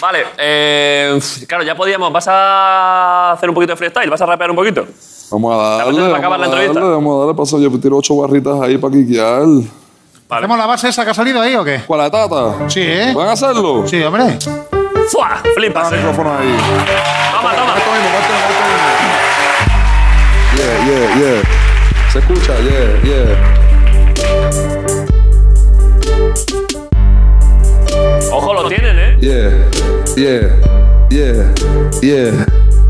[SPEAKER 2] Vale, eh, claro, ya podíamos. ¿Vas a hacer un poquito de freestyle? ¿Vas a rapear un poquito?
[SPEAKER 8] Vamos a darle.
[SPEAKER 2] verdad es que
[SPEAKER 8] Vamos
[SPEAKER 2] acaba
[SPEAKER 8] a
[SPEAKER 2] la
[SPEAKER 8] darle,
[SPEAKER 2] entrevista.
[SPEAKER 8] vamos a darle paso. Yo tiro ocho barritas ahí para quiquear.
[SPEAKER 2] Vale.
[SPEAKER 5] ¿Hacemos la base esa que ha salido ahí o qué?
[SPEAKER 8] ¿Cuál la tata?
[SPEAKER 5] Sí, ¿eh?
[SPEAKER 8] ¿Van a hacerlo?
[SPEAKER 5] Sí, hombre.
[SPEAKER 2] ¡Fua!
[SPEAKER 8] Está
[SPEAKER 2] Flipas,
[SPEAKER 8] el
[SPEAKER 2] eh.
[SPEAKER 8] micrófono ahí.
[SPEAKER 2] Toma, toma.
[SPEAKER 8] Esto mismo, esto mismo, esto mismo. Yeah, yeah, yeah. Se escucha, yeah, yeah.
[SPEAKER 2] Ojo, lo tienen, ¿eh?
[SPEAKER 8] Yeah, yeah, yeah, yeah,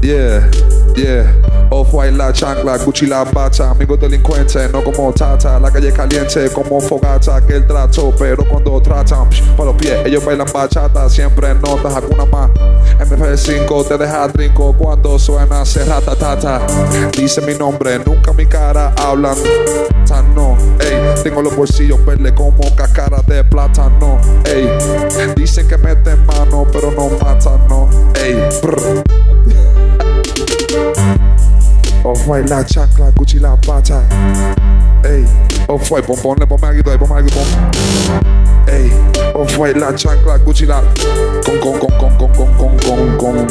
[SPEAKER 8] yeah, yeah. Off-white, la chancla, Gucci, la bata Amigos delincuentes, no como tata La calle caliente como fogata Que el trato, pero cuando tratan psh, Pa' los pies, ellos bailan bachata Siempre notas alguna más MP5 te deja trinco Cuando suena, se ratatata Dice mi nombre, nunca mi cara Hablan, no, ey Tengo los bolsillos verle como cascara de plátano, ey Dicen que meten mano, pero no matan, no, ey brr. Off-white, la chancla, Gucci, la bata. Ey, off-white, pon, ponle, ponme algo ahí, ponme algo, pon. Ey, off-white, la chancla, Gucci, la... Con, con, con, con, con, con, con, con, con...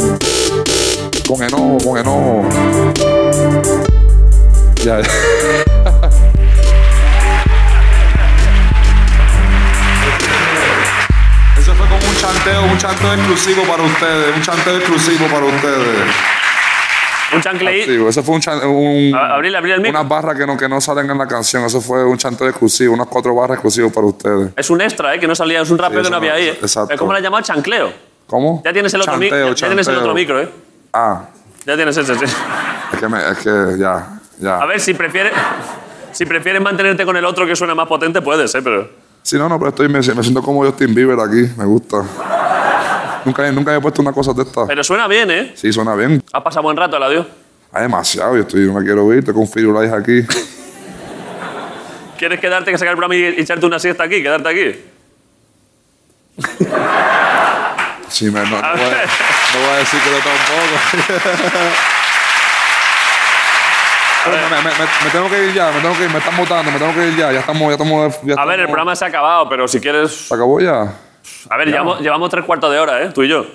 [SPEAKER 8] Con enojo, con enojo. Ya, ya. Eso fue como un chanteo, un chanteo exclusivo para ustedes, un chanteo exclusivo para ustedes.
[SPEAKER 2] Un chancle.
[SPEAKER 8] Digo, eso fue un, chan- un-
[SPEAKER 2] A- abrirle, abrirle el micro.
[SPEAKER 8] unas barras que no, que no salen en la canción. Eso fue un chanteo exclusivo, unas cuatro barras exclusivas para ustedes.
[SPEAKER 2] Es un extra, ¿eh? Que no salía, es un rapeo que
[SPEAKER 8] Sí, eso
[SPEAKER 2] no había
[SPEAKER 8] no-
[SPEAKER 2] ahí, ¿eh?
[SPEAKER 8] exacto.
[SPEAKER 2] Es como le han llamado chancleo.
[SPEAKER 8] ¿Cómo?
[SPEAKER 2] Ya tienes el otro, mi-
[SPEAKER 8] Chanteo,
[SPEAKER 2] ya, ya tienes el
[SPEAKER 8] chanteo.
[SPEAKER 2] otro micro, ¿eh?
[SPEAKER 8] Ah,
[SPEAKER 2] Ya tienes ese, sí.
[SPEAKER 8] es que, me- es que ya, ya.
[SPEAKER 2] A ver, si prefieres, si prefieres mantenerte con el otro que suena más potente, puedes, ¿eh? Pero...
[SPEAKER 8] Sí, no, no, pero estoy, me, me siento como Justin Bieber aquí, me gusta. nunca, nunca he puesto una cosa de esta.
[SPEAKER 2] Pero suena bien, ¿eh?
[SPEAKER 8] Sí, suena bien.
[SPEAKER 2] Has pasado buen rato, Eladio.
[SPEAKER 8] Hay demasiado, yo estoy, no me quiero ir, te confío la hija aquí.
[SPEAKER 2] ¿Quieres quedarte que sacar el programa y echarte una siesta aquí? ¿Quedarte aquí?
[SPEAKER 8] Sí, me, no, no
[SPEAKER 2] A
[SPEAKER 8] voy, a-
[SPEAKER 2] ver.
[SPEAKER 8] no voy a decir que lo tampoco. Pero me, me- me- me tengo que ir ya, me tengo que ir, me están votando, me tengo que ir ya, ya estamos, ya estamos. ya
[SPEAKER 2] A ver, el
[SPEAKER 8] estamos-
[SPEAKER 2] programa se ha acabado, pero si quieres.
[SPEAKER 8] ¿Se acabó ya?
[SPEAKER 2] A ver, llevamos, llevamos tres cuartos de hora, ¿eh? Tú y yo.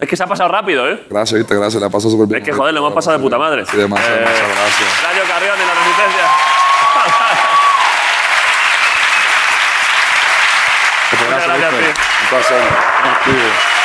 [SPEAKER 2] Es que se ha pasado rápido, ¿eh?
[SPEAKER 8] Gracias, viste, gracias, la pasó súper bien.
[SPEAKER 2] Es que, joder, lo hemos pasado de puta madre.
[SPEAKER 8] Sí, demasiado,
[SPEAKER 2] Eh,
[SPEAKER 8] demasiado, gracias.
[SPEAKER 2] Radio Carrión y la Resistencia.
[SPEAKER 8] Muchas
[SPEAKER 2] Muchas
[SPEAKER 8] gracias,
[SPEAKER 2] gracias,
[SPEAKER 8] viste. Un placer. Activo.